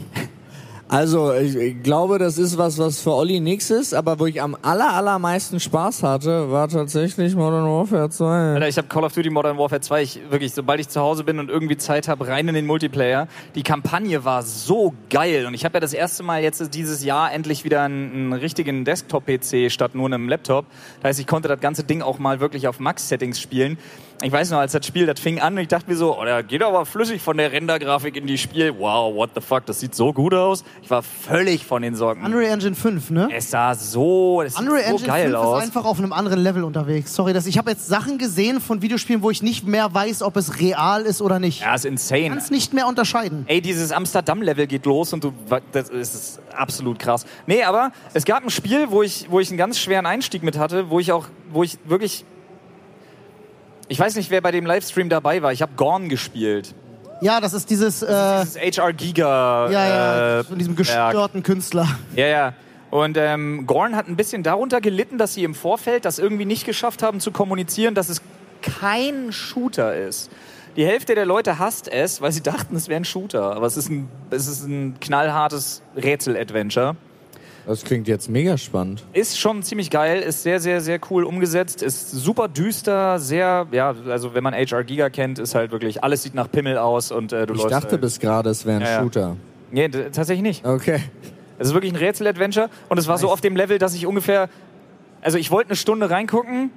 [SPEAKER 2] Also, ich, ich glaube, das ist was, was für Olli nix ist, aber wo ich am aller, allermeisten Spaß hatte, war tatsächlich Modern Warfare 2.
[SPEAKER 3] Alter, ich habe Call of Duty Modern Warfare 2, ich, wirklich, sobald ich zu Hause bin und irgendwie Zeit habe, rein in den Multiplayer. Die Kampagne war so geil und ich habe ja das erste Mal jetzt dieses Jahr endlich wieder einen, einen richtigen Desktop-PC statt nur einem Laptop. Das heißt, ich konnte das ganze Ding auch mal wirklich auf Max-Settings spielen. Ich weiß noch, als das Spiel, das fing an und ich dachte mir so, oh, da geht aber flüssig von der Rendergrafik in die Spiel. Wow, what the fuck, das sieht so gut aus. Ich war völlig von den Sorgen.
[SPEAKER 1] Unreal Engine 5, ne?
[SPEAKER 3] Es sah so, es sieht
[SPEAKER 1] Unreal
[SPEAKER 3] so
[SPEAKER 1] Engine
[SPEAKER 3] geil
[SPEAKER 1] 5
[SPEAKER 3] aus.
[SPEAKER 1] ist einfach auf einem anderen Level unterwegs. Sorry, dass ich habe jetzt Sachen gesehen von Videospielen, wo ich nicht mehr weiß, ob es real ist oder nicht.
[SPEAKER 3] ja, ist insane.
[SPEAKER 1] kann es nicht mehr unterscheiden.
[SPEAKER 3] Ey, dieses Amsterdam-Level geht los und du, das ist absolut krass. Nee, aber es gab ein Spiel, wo ich, wo ich einen ganz schweren Einstieg mit hatte, wo ich auch, wo ich wirklich, ich weiß nicht, wer bei dem Livestream dabei war. Ich habe Gorn gespielt.
[SPEAKER 1] Ja, das ist dieses, äh,
[SPEAKER 3] Dieses HR Giga.
[SPEAKER 1] ja, ja,
[SPEAKER 3] äh,
[SPEAKER 1] von
[SPEAKER 3] Werk.
[SPEAKER 1] diesem gestörten Künstler.
[SPEAKER 3] Ja, ja. Und ähm, Gorn hat ein bisschen darunter gelitten, dass sie im Vorfeld das irgendwie nicht geschafft haben zu kommunizieren, dass es kein Shooter ist. Die Hälfte der Leute hasst es, weil sie dachten, es wäre ein Shooter. Aber es ist ein, es ist ein knallhartes Rätsel-Adventure.
[SPEAKER 2] Das klingt jetzt mega spannend.
[SPEAKER 3] Ist schon ziemlich geil, ist sehr, sehr, sehr cool umgesetzt, ist super düster, sehr, ja, also wenn man HR Giga kennt, ist halt wirklich, alles sieht nach Pimmel aus und äh, du
[SPEAKER 2] Ich
[SPEAKER 3] läufst.
[SPEAKER 2] dachte
[SPEAKER 3] äh,
[SPEAKER 2] bis gerade, es wäre ein
[SPEAKER 3] Ja, ja.
[SPEAKER 2] Shooter.
[SPEAKER 3] Nee, d- tatsächlich nicht.
[SPEAKER 2] Okay.
[SPEAKER 3] Es ist wirklich ein Rätsel-Adventure und es war so auf dem Level, dass ich ungefähr, also ich wollte eine Stunde reingucken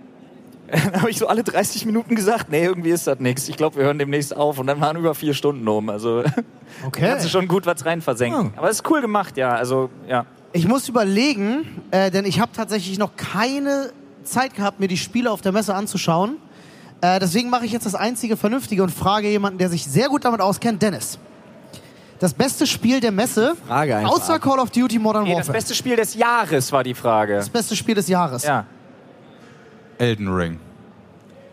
[SPEAKER 3] Dann habe ich so alle 30 Minuten gesagt, nee, irgendwie ist das nichts. Ich glaube, wir hören demnächst auf. Und dann waren über vier Stunden um. Also
[SPEAKER 1] Okay.
[SPEAKER 3] kannst du schon gut was rein versenken.
[SPEAKER 1] Ja.
[SPEAKER 3] Aber es ist cool gemacht, ja. Also, ja.
[SPEAKER 1] Ich muss überlegen, äh, denn ich habe tatsächlich noch keine Zeit gehabt, mir die Spiele auf der Messe anzuschauen. Äh, deswegen mache ich jetzt das einzige Vernünftige und frage jemanden, der sich sehr gut damit auskennt, Dennis. Das beste Spiel der Messe,
[SPEAKER 2] Frage einfach
[SPEAKER 1] außer
[SPEAKER 2] ab.
[SPEAKER 1] Call of Duty Modern
[SPEAKER 3] Nee, das
[SPEAKER 1] Warfare.
[SPEAKER 3] beste Spiel des Jahres war die Frage.
[SPEAKER 1] das beste Spiel des Jahres.
[SPEAKER 3] Ja.
[SPEAKER 6] Elden Ring.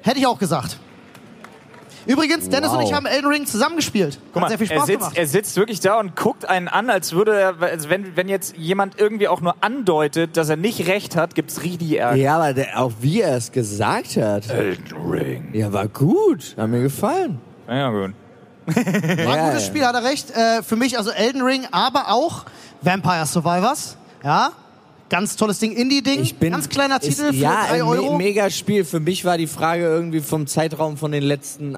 [SPEAKER 1] Hätte ich auch gesagt. Übrigens, Dennis
[SPEAKER 2] Oh, Wow.
[SPEAKER 1] und ich haben Elden Ring zusammengespielt.
[SPEAKER 3] Guck mal,
[SPEAKER 1] Hat sehr viel
[SPEAKER 3] er,
[SPEAKER 1] Spaß
[SPEAKER 3] sitzt,
[SPEAKER 1] gemacht.
[SPEAKER 3] er sitzt wirklich da und guckt einen an, als würde er, als wenn, wenn jetzt jemand irgendwie auch nur andeutet, dass er nicht recht hat, gibt's richtig Ärger.
[SPEAKER 2] Ja, aber der, auch wie er es gesagt hat.
[SPEAKER 3] Elden Ring.
[SPEAKER 2] Ja, war gut. Hat mir gefallen.
[SPEAKER 3] Ja, gut.
[SPEAKER 1] War ein
[SPEAKER 2] Ja,
[SPEAKER 1] gutes
[SPEAKER 2] ja.
[SPEAKER 1] Spiel, hat er recht. Äh, für mich also Elden Ring, aber auch Vampire Survivors. Ja, ganz tolles Ding, Indie-Ding.
[SPEAKER 2] Ich bin,
[SPEAKER 1] ganz kleiner
[SPEAKER 2] ist-
[SPEAKER 1] Titel für
[SPEAKER 2] ja,
[SPEAKER 1] 3
[SPEAKER 2] ein
[SPEAKER 1] Euro.
[SPEAKER 2] Me mega Spiel. Für mich war die Frage irgendwie vom Zeitraum von den letzten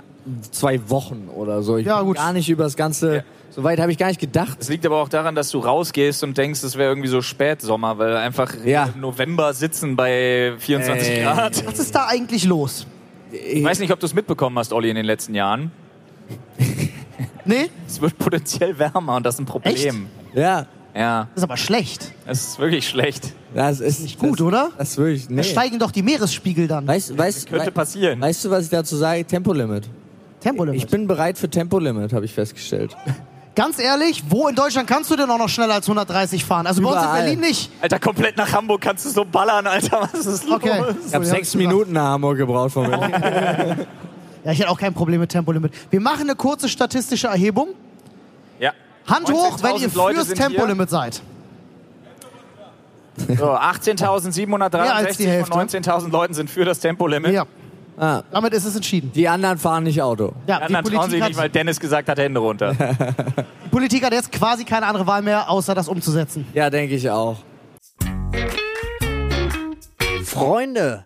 [SPEAKER 2] zwei Wochen oder so. Ich
[SPEAKER 1] Ja,
[SPEAKER 2] bin
[SPEAKER 1] gut.
[SPEAKER 2] gar nicht über das Ganze. So weit habe ich gar nicht gedacht.
[SPEAKER 3] Es liegt aber auch daran, dass du rausgehst und denkst, es wäre irgendwie so Spätsommer, weil einfach
[SPEAKER 2] Ja.
[SPEAKER 3] im November sitzen bei 24
[SPEAKER 1] Äh.
[SPEAKER 2] Ey.
[SPEAKER 3] Grad.
[SPEAKER 1] Was ist da eigentlich los?
[SPEAKER 3] Ich weiß nicht, ob du es mitbekommen hast, Olli, in den letzten Jahren.
[SPEAKER 1] Nee,
[SPEAKER 3] Es wird potenziell wärmer und das ist ein Problem.
[SPEAKER 2] Ja,
[SPEAKER 3] Ja,
[SPEAKER 1] ist aber schlecht.
[SPEAKER 3] es ist wirklich schlecht.
[SPEAKER 2] das ist
[SPEAKER 1] Nicht gut,
[SPEAKER 2] das,
[SPEAKER 1] oder?
[SPEAKER 2] Das ist wirklich nee.
[SPEAKER 1] Da steigen doch die Meeresspiegel dann.
[SPEAKER 2] Weißt, weißt,
[SPEAKER 3] Könnte
[SPEAKER 2] wei-
[SPEAKER 3] passieren.
[SPEAKER 2] Weißt du, was ich dazu sage? Tempolimit.
[SPEAKER 1] Tempolimit.
[SPEAKER 2] Ich bin bereit für Tempolimit, habe ich festgestellt.
[SPEAKER 1] ganz ehrlich, wo in Deutschland kannst du denn auch noch schneller als 130 fahren? Also bei uns
[SPEAKER 2] Überall.
[SPEAKER 1] in Berlin nicht.
[SPEAKER 3] Alter, komplett nach Hamburg kannst du so ballern, Alter. Was ist los?
[SPEAKER 1] Okay.
[SPEAKER 2] Ich habe sechs
[SPEAKER 1] genau.
[SPEAKER 2] Minuten nach Hamburg gebraucht von mir.
[SPEAKER 1] Ja, ich hätte auch kein Problem mit Tempolimit. Wir machen eine kurze statistische Erhebung.
[SPEAKER 3] Ja.
[SPEAKER 1] Hand hoch, wenn ihr
[SPEAKER 3] 19.000 Leute
[SPEAKER 1] fürs
[SPEAKER 3] sind hier.
[SPEAKER 1] Tempolimit seid.
[SPEAKER 3] So, 18.763
[SPEAKER 1] Mehr als die Hälfte.
[SPEAKER 3] von 19.000 Leuten sind für das Tempolimit.
[SPEAKER 1] Ja.
[SPEAKER 2] Ah.
[SPEAKER 1] Damit ist es entschieden.
[SPEAKER 2] Die anderen fahren nicht Auto.
[SPEAKER 1] Ja,
[SPEAKER 3] Die anderen trauen sich nicht, weil Dennis gesagt hat, Hände runter.
[SPEAKER 1] Politik hat jetzt quasi keine andere Wahl mehr, außer das umzusetzen.
[SPEAKER 2] Ja, denke ich auch. Freunde,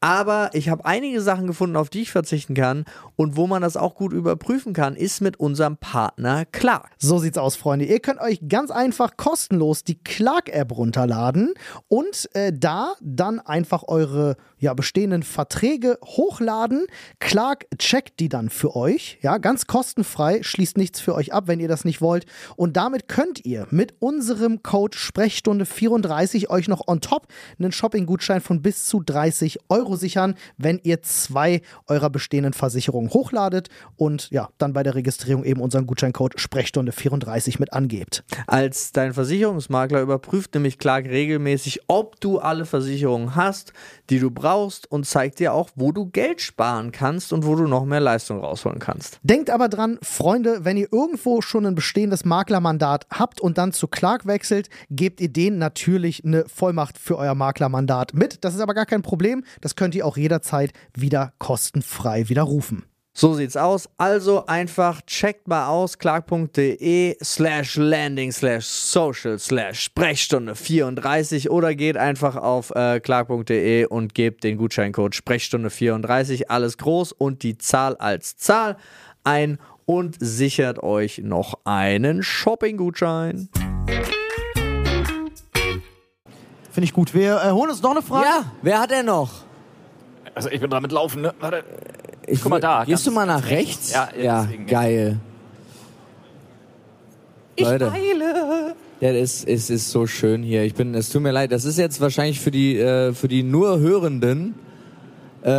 [SPEAKER 2] Aber ich habe einige Sachen gefunden, auf die ich verzichten kann. Und wo man das auch gut überprüfen kann, ist mit unserem Partner Clark.
[SPEAKER 1] So sieht's aus, Freunde. Ihr könnt euch ganz einfach kostenlos die Clark-App runterladen und äh, da dann einfach eure ja, bestehenden Verträge hochladen. Clark checkt die dann für euch, ja, ganz kostenfrei, schließt nichts für euch ab, wenn ihr das nicht wollt. Und damit könnt ihr mit unserem Code Sprechstunde34 euch noch on top einen Shopping-Gutschein von bis zu 30 Euro sichern, wenn ihr zwei eurer bestehenden Versicherungen hochladet und ja, dann bei der Registrierung eben unseren Gutscheincode Sprechstunde34 mit angebt.
[SPEAKER 2] Als dein Versicherungsmakler überprüft nämlich Clark regelmäßig, ob du alle Versicherungen hast, die du brauchst und zeigt dir auch, wo du Geld sparen kannst und wo du noch mehr Leistung rausholen kannst.
[SPEAKER 1] Denkt aber dran, Freunde, wenn ihr irgendwo schon ein bestehendes Maklermandat habt und dann zu Clark wechselt, gebt ihr denen natürlich eine Vollmacht für euer Maklermandat mit. Das ist aber gar kein Problem. Das könnt ihr auch jederzeit wieder kostenfrei widerrufen.
[SPEAKER 2] So sieht's aus. Also einfach checkt mal aus clark.de slash landing slash social slash Sprechstunde 34 oder geht einfach auf äh, clark.de und gebt den Gutscheincode Sprechstunde 34 alles groß und die Zahl als Zahl ein und sichert euch noch einen Shopping-Gutschein.
[SPEAKER 1] Finde ich gut. Wir äh, holen uns noch eine Frage.
[SPEAKER 2] wer hat er noch?
[SPEAKER 3] Also ich bin dran mit Laufen, ne? Warte.
[SPEAKER 2] Ich,
[SPEAKER 3] Guck mal da,
[SPEAKER 2] Gehst
[SPEAKER 3] ganz
[SPEAKER 2] du mal nach rechts?
[SPEAKER 3] Ja, ja, deswegen, ja.
[SPEAKER 2] geil. Ich Leute. Ja, es ist, es ist so schön hier. Ich bin, es tut mir leid. Das ist jetzt wahrscheinlich für die, äh, für die nur Hörenden äh,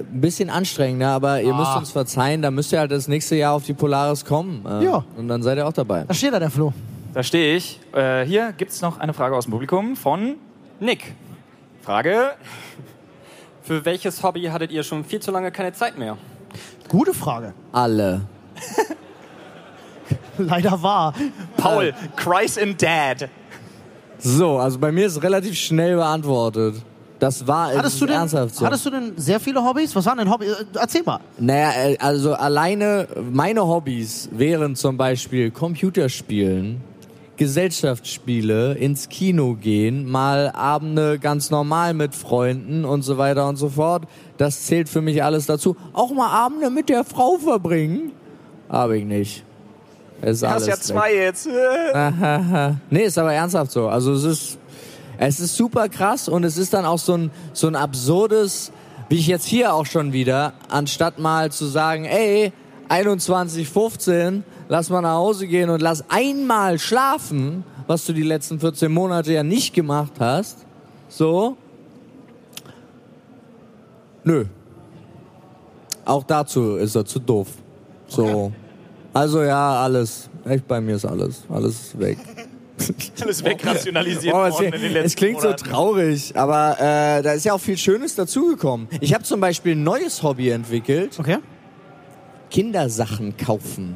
[SPEAKER 2] ein bisschen anstrengender, aber ihr müsst uns verzeihen. Da müsst ihr halt das nächste Jahr auf die Polaris kommen. Äh,
[SPEAKER 1] Ja.
[SPEAKER 2] Und dann seid ihr auch dabei.
[SPEAKER 1] Da steht er, der Flo.
[SPEAKER 3] Da stehe ich. Äh, hier gibt's noch eine Frage aus dem Publikum von
[SPEAKER 7] Nick,
[SPEAKER 3] Frage.
[SPEAKER 7] für welches Hobby hattet ihr schon viel zu lange keine Zeit mehr?
[SPEAKER 1] Gute Frage.
[SPEAKER 2] Alle.
[SPEAKER 1] Leider wahr.
[SPEAKER 3] Paul, Christ and Dad.
[SPEAKER 2] So, also bei mir ist relativ schnell beantwortet. Das war es
[SPEAKER 1] Hattest du,
[SPEAKER 2] ist
[SPEAKER 1] denn,
[SPEAKER 2] ernsthaft so.
[SPEAKER 1] hattest du denn sehr viele Hobbys? Was waren denn Hobbys? Äh, Erzähl mal.
[SPEAKER 2] Naja, äh, also alleine meine Hobbys wären zum Beispiel Computerspielen, Gesellschaftsspiele, ins Kino gehen, mal Abende ganz normal mit Freunden und so weiter und so fort. Das zählt für mich alles dazu. Auch mal Abende mit der Frau verbringen. Habe ich nicht. Es ist
[SPEAKER 8] Du
[SPEAKER 2] alles
[SPEAKER 8] hast ja
[SPEAKER 2] weg.
[SPEAKER 8] zwei jetzt.
[SPEAKER 2] Nee, ist aber ernsthaft so. Also es ist, es ist super krass und es ist dann auch so ein, so ein absurdes, wie ich jetzt hier auch schon wieder, anstatt mal zu sagen, ey, 21.15, lass mal nach Hause gehen und lass einmal schlafen, was du die letzten 14 Monate ja nicht gemacht hast. So. Nö. Auch dazu ist er zu doof. So. Also ja, alles. Echt bei mir ist alles. Alles weg.
[SPEAKER 8] Alles wegrationalisiert
[SPEAKER 2] Oh, es,
[SPEAKER 8] worden in den letzten
[SPEAKER 2] es klingt so
[SPEAKER 8] Monaten.
[SPEAKER 2] traurig, aber äh, da ist ja auch viel Schönes dazugekommen. Ich habe zum Beispiel ein neues Hobby entwickelt:
[SPEAKER 1] Okay.
[SPEAKER 2] Kindersachen kaufen.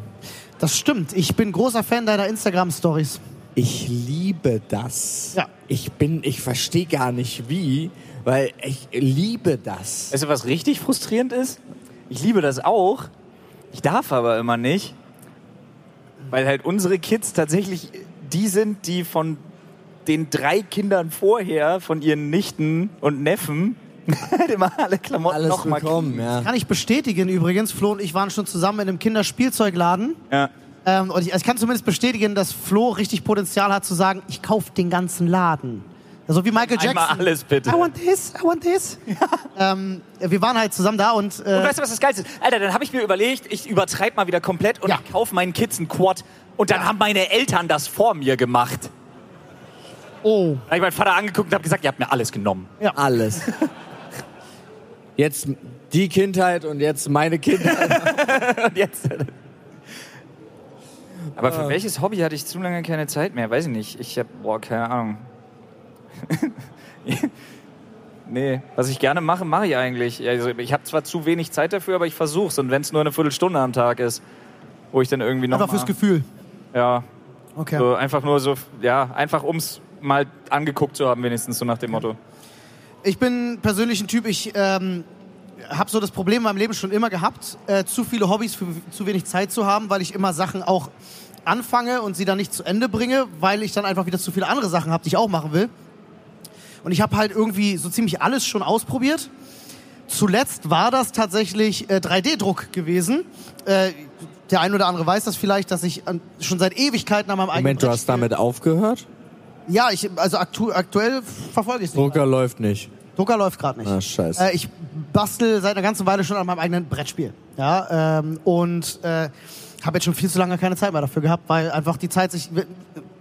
[SPEAKER 1] Das stimmt. Ich bin großer Fan deiner Instagram-Stories.
[SPEAKER 2] Ich liebe das.
[SPEAKER 1] Ja.
[SPEAKER 2] Ich bin, ich verstehe gar nicht wie, weil ich liebe das.
[SPEAKER 3] Weißt du, was richtig frustrierend ist? Ich liebe das auch. Ich darf aber immer nicht. Weil halt unsere Kids tatsächlich die sind, die von den drei Kindern vorher, von ihren Nichten und Neffen, halt immer alle Klamotten
[SPEAKER 2] Alles
[SPEAKER 3] nochmal
[SPEAKER 2] bekommen, ja.
[SPEAKER 1] Kann ich bestätigen übrigens. Flo und ich waren schon zusammen in einem Kinderspielzeugladen.
[SPEAKER 3] Ja.
[SPEAKER 1] Ähm, und ich, ich kann zumindest bestätigen, dass Flo richtig Potenzial hat zu sagen, ich kaufe den ganzen Laden. So wie Michael Jackson.
[SPEAKER 3] Einmal alles bitte.
[SPEAKER 1] I want this, I want this. Ähm, wir waren halt zusammen da und, äh,
[SPEAKER 3] Und weißt du, was das Geilste ist? Alter, dann habe ich mir überlegt, ich übertreibe mal wieder komplett und
[SPEAKER 1] Ja.
[SPEAKER 3] ich kaufe meinen Kids einen Quad. Und dann haben meine Eltern das vor mir gemacht.
[SPEAKER 1] oh,
[SPEAKER 3] Da habe ich meinen Vater angeguckt und habe gesagt, ihr habt mir alles genommen.
[SPEAKER 2] Alles. Jetzt die Kindheit und jetzt meine Kindheit.
[SPEAKER 3] Und jetzt. Aber
[SPEAKER 1] Ah.
[SPEAKER 3] für welches Hobby hatte ich zu lange keine Zeit mehr? Weiß ich nicht. Ich habe, boah, keine Ahnung. nee, was ich gerne mache, mache ich eigentlich. Also ich habe zwar zu wenig Zeit dafür, aber ich versuch's. Und wenn es nur eine Viertelstunde am Tag ist, wo ich dann irgendwie noch
[SPEAKER 1] einfach
[SPEAKER 3] mal,
[SPEAKER 1] fürs Gefühl.
[SPEAKER 3] ja,
[SPEAKER 1] Okay.
[SPEAKER 3] so einfach nur so, ja, einfach ums mal angeguckt zu haben wenigstens so nach dem Motto.
[SPEAKER 1] Ich bin persönlich ein Typ, ich ähm, habe so das Problem in meinem Leben schon immer gehabt, äh, zu viele Hobbys für zu wenig Zeit zu haben, weil ich immer Sachen auch anfange und sie dann nicht zu Ende bringe, weil ich dann einfach wieder zu viele andere Sachen habe, die ich auch machen will. Und ich habe halt irgendwie so ziemlich alles schon ausprobiert. Zuletzt war das tatsächlich äh, 3D-Druck gewesen. Äh, der ein oder andere weiß das vielleicht, dass ich an, schon seit Ewigkeiten an meinem eigenen
[SPEAKER 2] Moment, du hast
[SPEAKER 1] Brettspiel-
[SPEAKER 2] damit aufgehört?
[SPEAKER 1] Ja, ich, also aktu aktuell verfolge ich es nicht.
[SPEAKER 2] Drucker läuft nicht.
[SPEAKER 1] Drucker läuft gerade nicht.
[SPEAKER 2] Ah, scheiße.
[SPEAKER 1] Äh, ich bastel seit einer ganzen Weile schon an meinem eigenen Brettspiel. Ja, ähm, und äh, habe jetzt schon viel zu lange keine Zeit mehr dafür gehabt, weil einfach die Zeit sich. äh,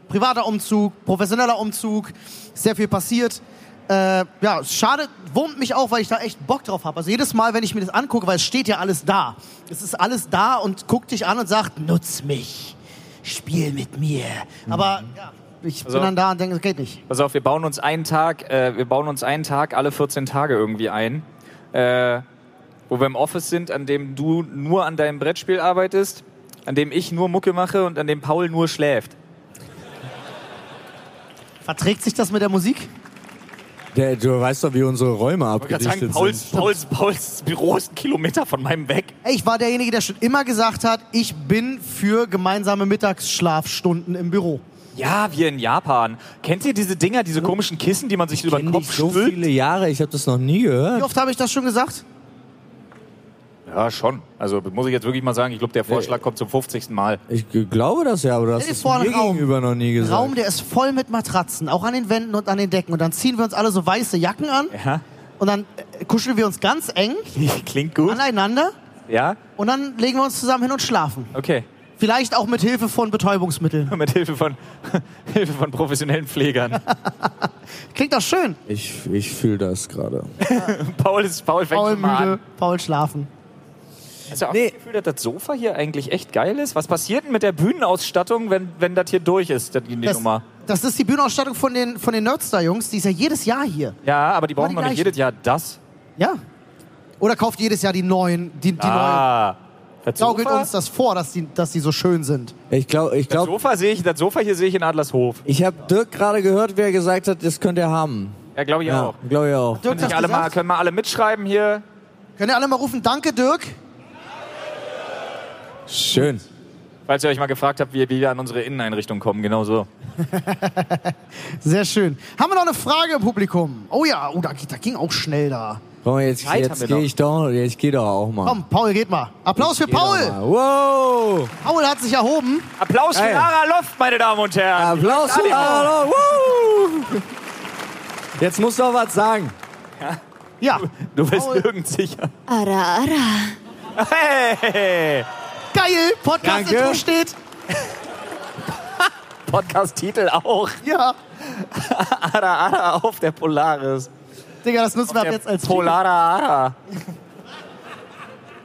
[SPEAKER 1] Privater Umzug, professioneller Umzug, sehr viel passiert. Äh, ja, es schade, wurmt mich auch, weil ich da echt Bock drauf habe. Also jedes Mal, wenn ich mir das angucke, weil es steht ja alles da. Es ist alles da und guckt dich an und sagt, nutz mich, spiel mit mir. Aber
[SPEAKER 2] Mhm.
[SPEAKER 1] ja, ich
[SPEAKER 3] Also-
[SPEAKER 1] bin dann da und denke, das geht nicht.
[SPEAKER 3] Pass auf, wir bauen uns einen Tag, äh, wir bauen uns einen Tag alle 14 Tage irgendwie ein, äh, wo wir im Office sind, an dem du nur an deinem Brettspiel arbeitest, an dem ich nur Mucke mache und an dem Paul nur schläft.
[SPEAKER 1] Verträgt sich das mit der Musik?
[SPEAKER 2] Der, du weißt doch, wie unsere Räume
[SPEAKER 3] Ich wollte gerade
[SPEAKER 2] abgedichtet
[SPEAKER 3] sagen,
[SPEAKER 2] sind.
[SPEAKER 3] Pauls, Pauls, Pauls Büro ist ein Kilometer von meinem weg.
[SPEAKER 1] Ich war derjenige, der schon immer gesagt hat, ich bin für gemeinsame Mittagsschlafstunden im Büro.
[SPEAKER 3] Ja, wir in Japan. Kennt ihr diese Dinger, diese komischen Kissen, die man sich über den
[SPEAKER 2] Kenn
[SPEAKER 3] Kopf
[SPEAKER 2] Hm? ich so
[SPEAKER 3] stülpt?
[SPEAKER 2] viele Jahre, ich habe das noch nie gehört.
[SPEAKER 1] Wie oft habe ich das schon gesagt?
[SPEAKER 3] Ja, schon. Also muss ich jetzt wirklich mal sagen, ich glaube, der Vorschlag kommt zum 50. Mal.
[SPEAKER 2] Ich g- glaube das ja, aber du hast
[SPEAKER 1] Stell dir
[SPEAKER 2] es
[SPEAKER 1] vor,
[SPEAKER 2] mir
[SPEAKER 1] einen Raum.
[SPEAKER 2] gegenüber noch nie gesagt.
[SPEAKER 1] Raum, der ist voll mit Matratzen, auch an den Wänden und an den Decken. Und dann ziehen wir uns alle so weiße Jacken an
[SPEAKER 3] Ja,
[SPEAKER 1] und dann äh, kuscheln wir uns ganz eng
[SPEAKER 3] klingt gut.
[SPEAKER 1] aneinander
[SPEAKER 3] Ja,
[SPEAKER 1] und dann legen wir uns zusammen hin und schlafen.
[SPEAKER 3] okay.
[SPEAKER 1] Vielleicht auch mit Hilfe von Betäubungsmitteln.
[SPEAKER 3] Mit Hilfe von, Hilfe von professionellen Pflegern.
[SPEAKER 1] Klingt doch schön.
[SPEAKER 2] Ich, ich fühle das gerade.
[SPEAKER 3] Paul ist Paul fängt
[SPEAKER 1] Paul
[SPEAKER 3] schon mal
[SPEAKER 1] müde,
[SPEAKER 3] an.
[SPEAKER 1] Paul schlafen.
[SPEAKER 3] Hast du auch
[SPEAKER 2] Nee.
[SPEAKER 3] das Gefühl, dass das Sofa hier eigentlich echt geil ist? Was passiert denn mit der Bühnenausstattung, wenn, wenn das hier durch ist, das- die
[SPEAKER 1] Das,
[SPEAKER 3] Nummer?
[SPEAKER 1] das ist die Bühnenausstattung von den, von den Nerdstar-Jungs. Die ist ja jedes Jahr hier.
[SPEAKER 3] Ja, aber die brauchen
[SPEAKER 1] die
[SPEAKER 3] doch nicht
[SPEAKER 1] gleichen.
[SPEAKER 3] jedes Jahr das.
[SPEAKER 1] Ja. Oder kauft jedes Jahr die neuen, die, die neuen.
[SPEAKER 3] Ah, das
[SPEAKER 1] gaukelt
[SPEAKER 3] Sofa,
[SPEAKER 1] uns das vor, dass die, dass die so schön sind.
[SPEAKER 2] Ich glaube, ich
[SPEAKER 3] das
[SPEAKER 2] glaube,
[SPEAKER 3] Sofa sehe ich, das Sofa hier sehe ich in Adlershof.
[SPEAKER 2] ich habe Dirk gerade gehört, wie er gesagt hat, das könnt ihr haben.
[SPEAKER 3] Ja, glaube ich
[SPEAKER 2] Ja,
[SPEAKER 3] auch.
[SPEAKER 2] glaube ich auch.
[SPEAKER 1] Dirk
[SPEAKER 3] Können, sich alle mal, können mal alle mitschreiben hier?
[SPEAKER 1] Könnt ihr alle mal rufen, danke Dirk?
[SPEAKER 2] Schön.
[SPEAKER 3] Falls ihr euch mal gefragt habt, wie, wie wir an unsere Inneneinrichtung kommen, genau so.
[SPEAKER 1] Sehr schön. Haben wir noch eine Frage im Publikum? Oh ja, oh, da, da ging auch schnell da.
[SPEAKER 2] Komm, jetzt,
[SPEAKER 3] Zeit haben
[SPEAKER 2] jetzt
[SPEAKER 3] wir
[SPEAKER 2] gehe
[SPEAKER 3] noch.
[SPEAKER 2] ich doch, jetzt geh doch auch mal.
[SPEAKER 1] Komm, Paul, geht mal. Applaus für
[SPEAKER 2] Geh doch
[SPEAKER 1] Paul.
[SPEAKER 2] mal. Wow!
[SPEAKER 1] Paul hat sich erhoben.
[SPEAKER 3] Applaus
[SPEAKER 2] Geil.
[SPEAKER 3] für Lara Loft, meine Damen und Herren.
[SPEAKER 2] Applaus für
[SPEAKER 3] Animo.
[SPEAKER 2] Aaron. Woo! Jetzt musst du auch was sagen.
[SPEAKER 1] Ja,
[SPEAKER 3] Du bist
[SPEAKER 1] Paul.
[SPEAKER 3] nirgends sicher.
[SPEAKER 9] Ara, ara.
[SPEAKER 3] Hey!
[SPEAKER 1] geil. Podcast-Intro
[SPEAKER 2] Danke.
[SPEAKER 1] steht.
[SPEAKER 3] Podcast-Titel auch.
[SPEAKER 1] Ja.
[SPEAKER 3] Ada Ada auf der Polaris.
[SPEAKER 1] Digga, das nutzen wir ab
[SPEAKER 3] Der
[SPEAKER 1] jetzt als
[SPEAKER 3] Polada Ada.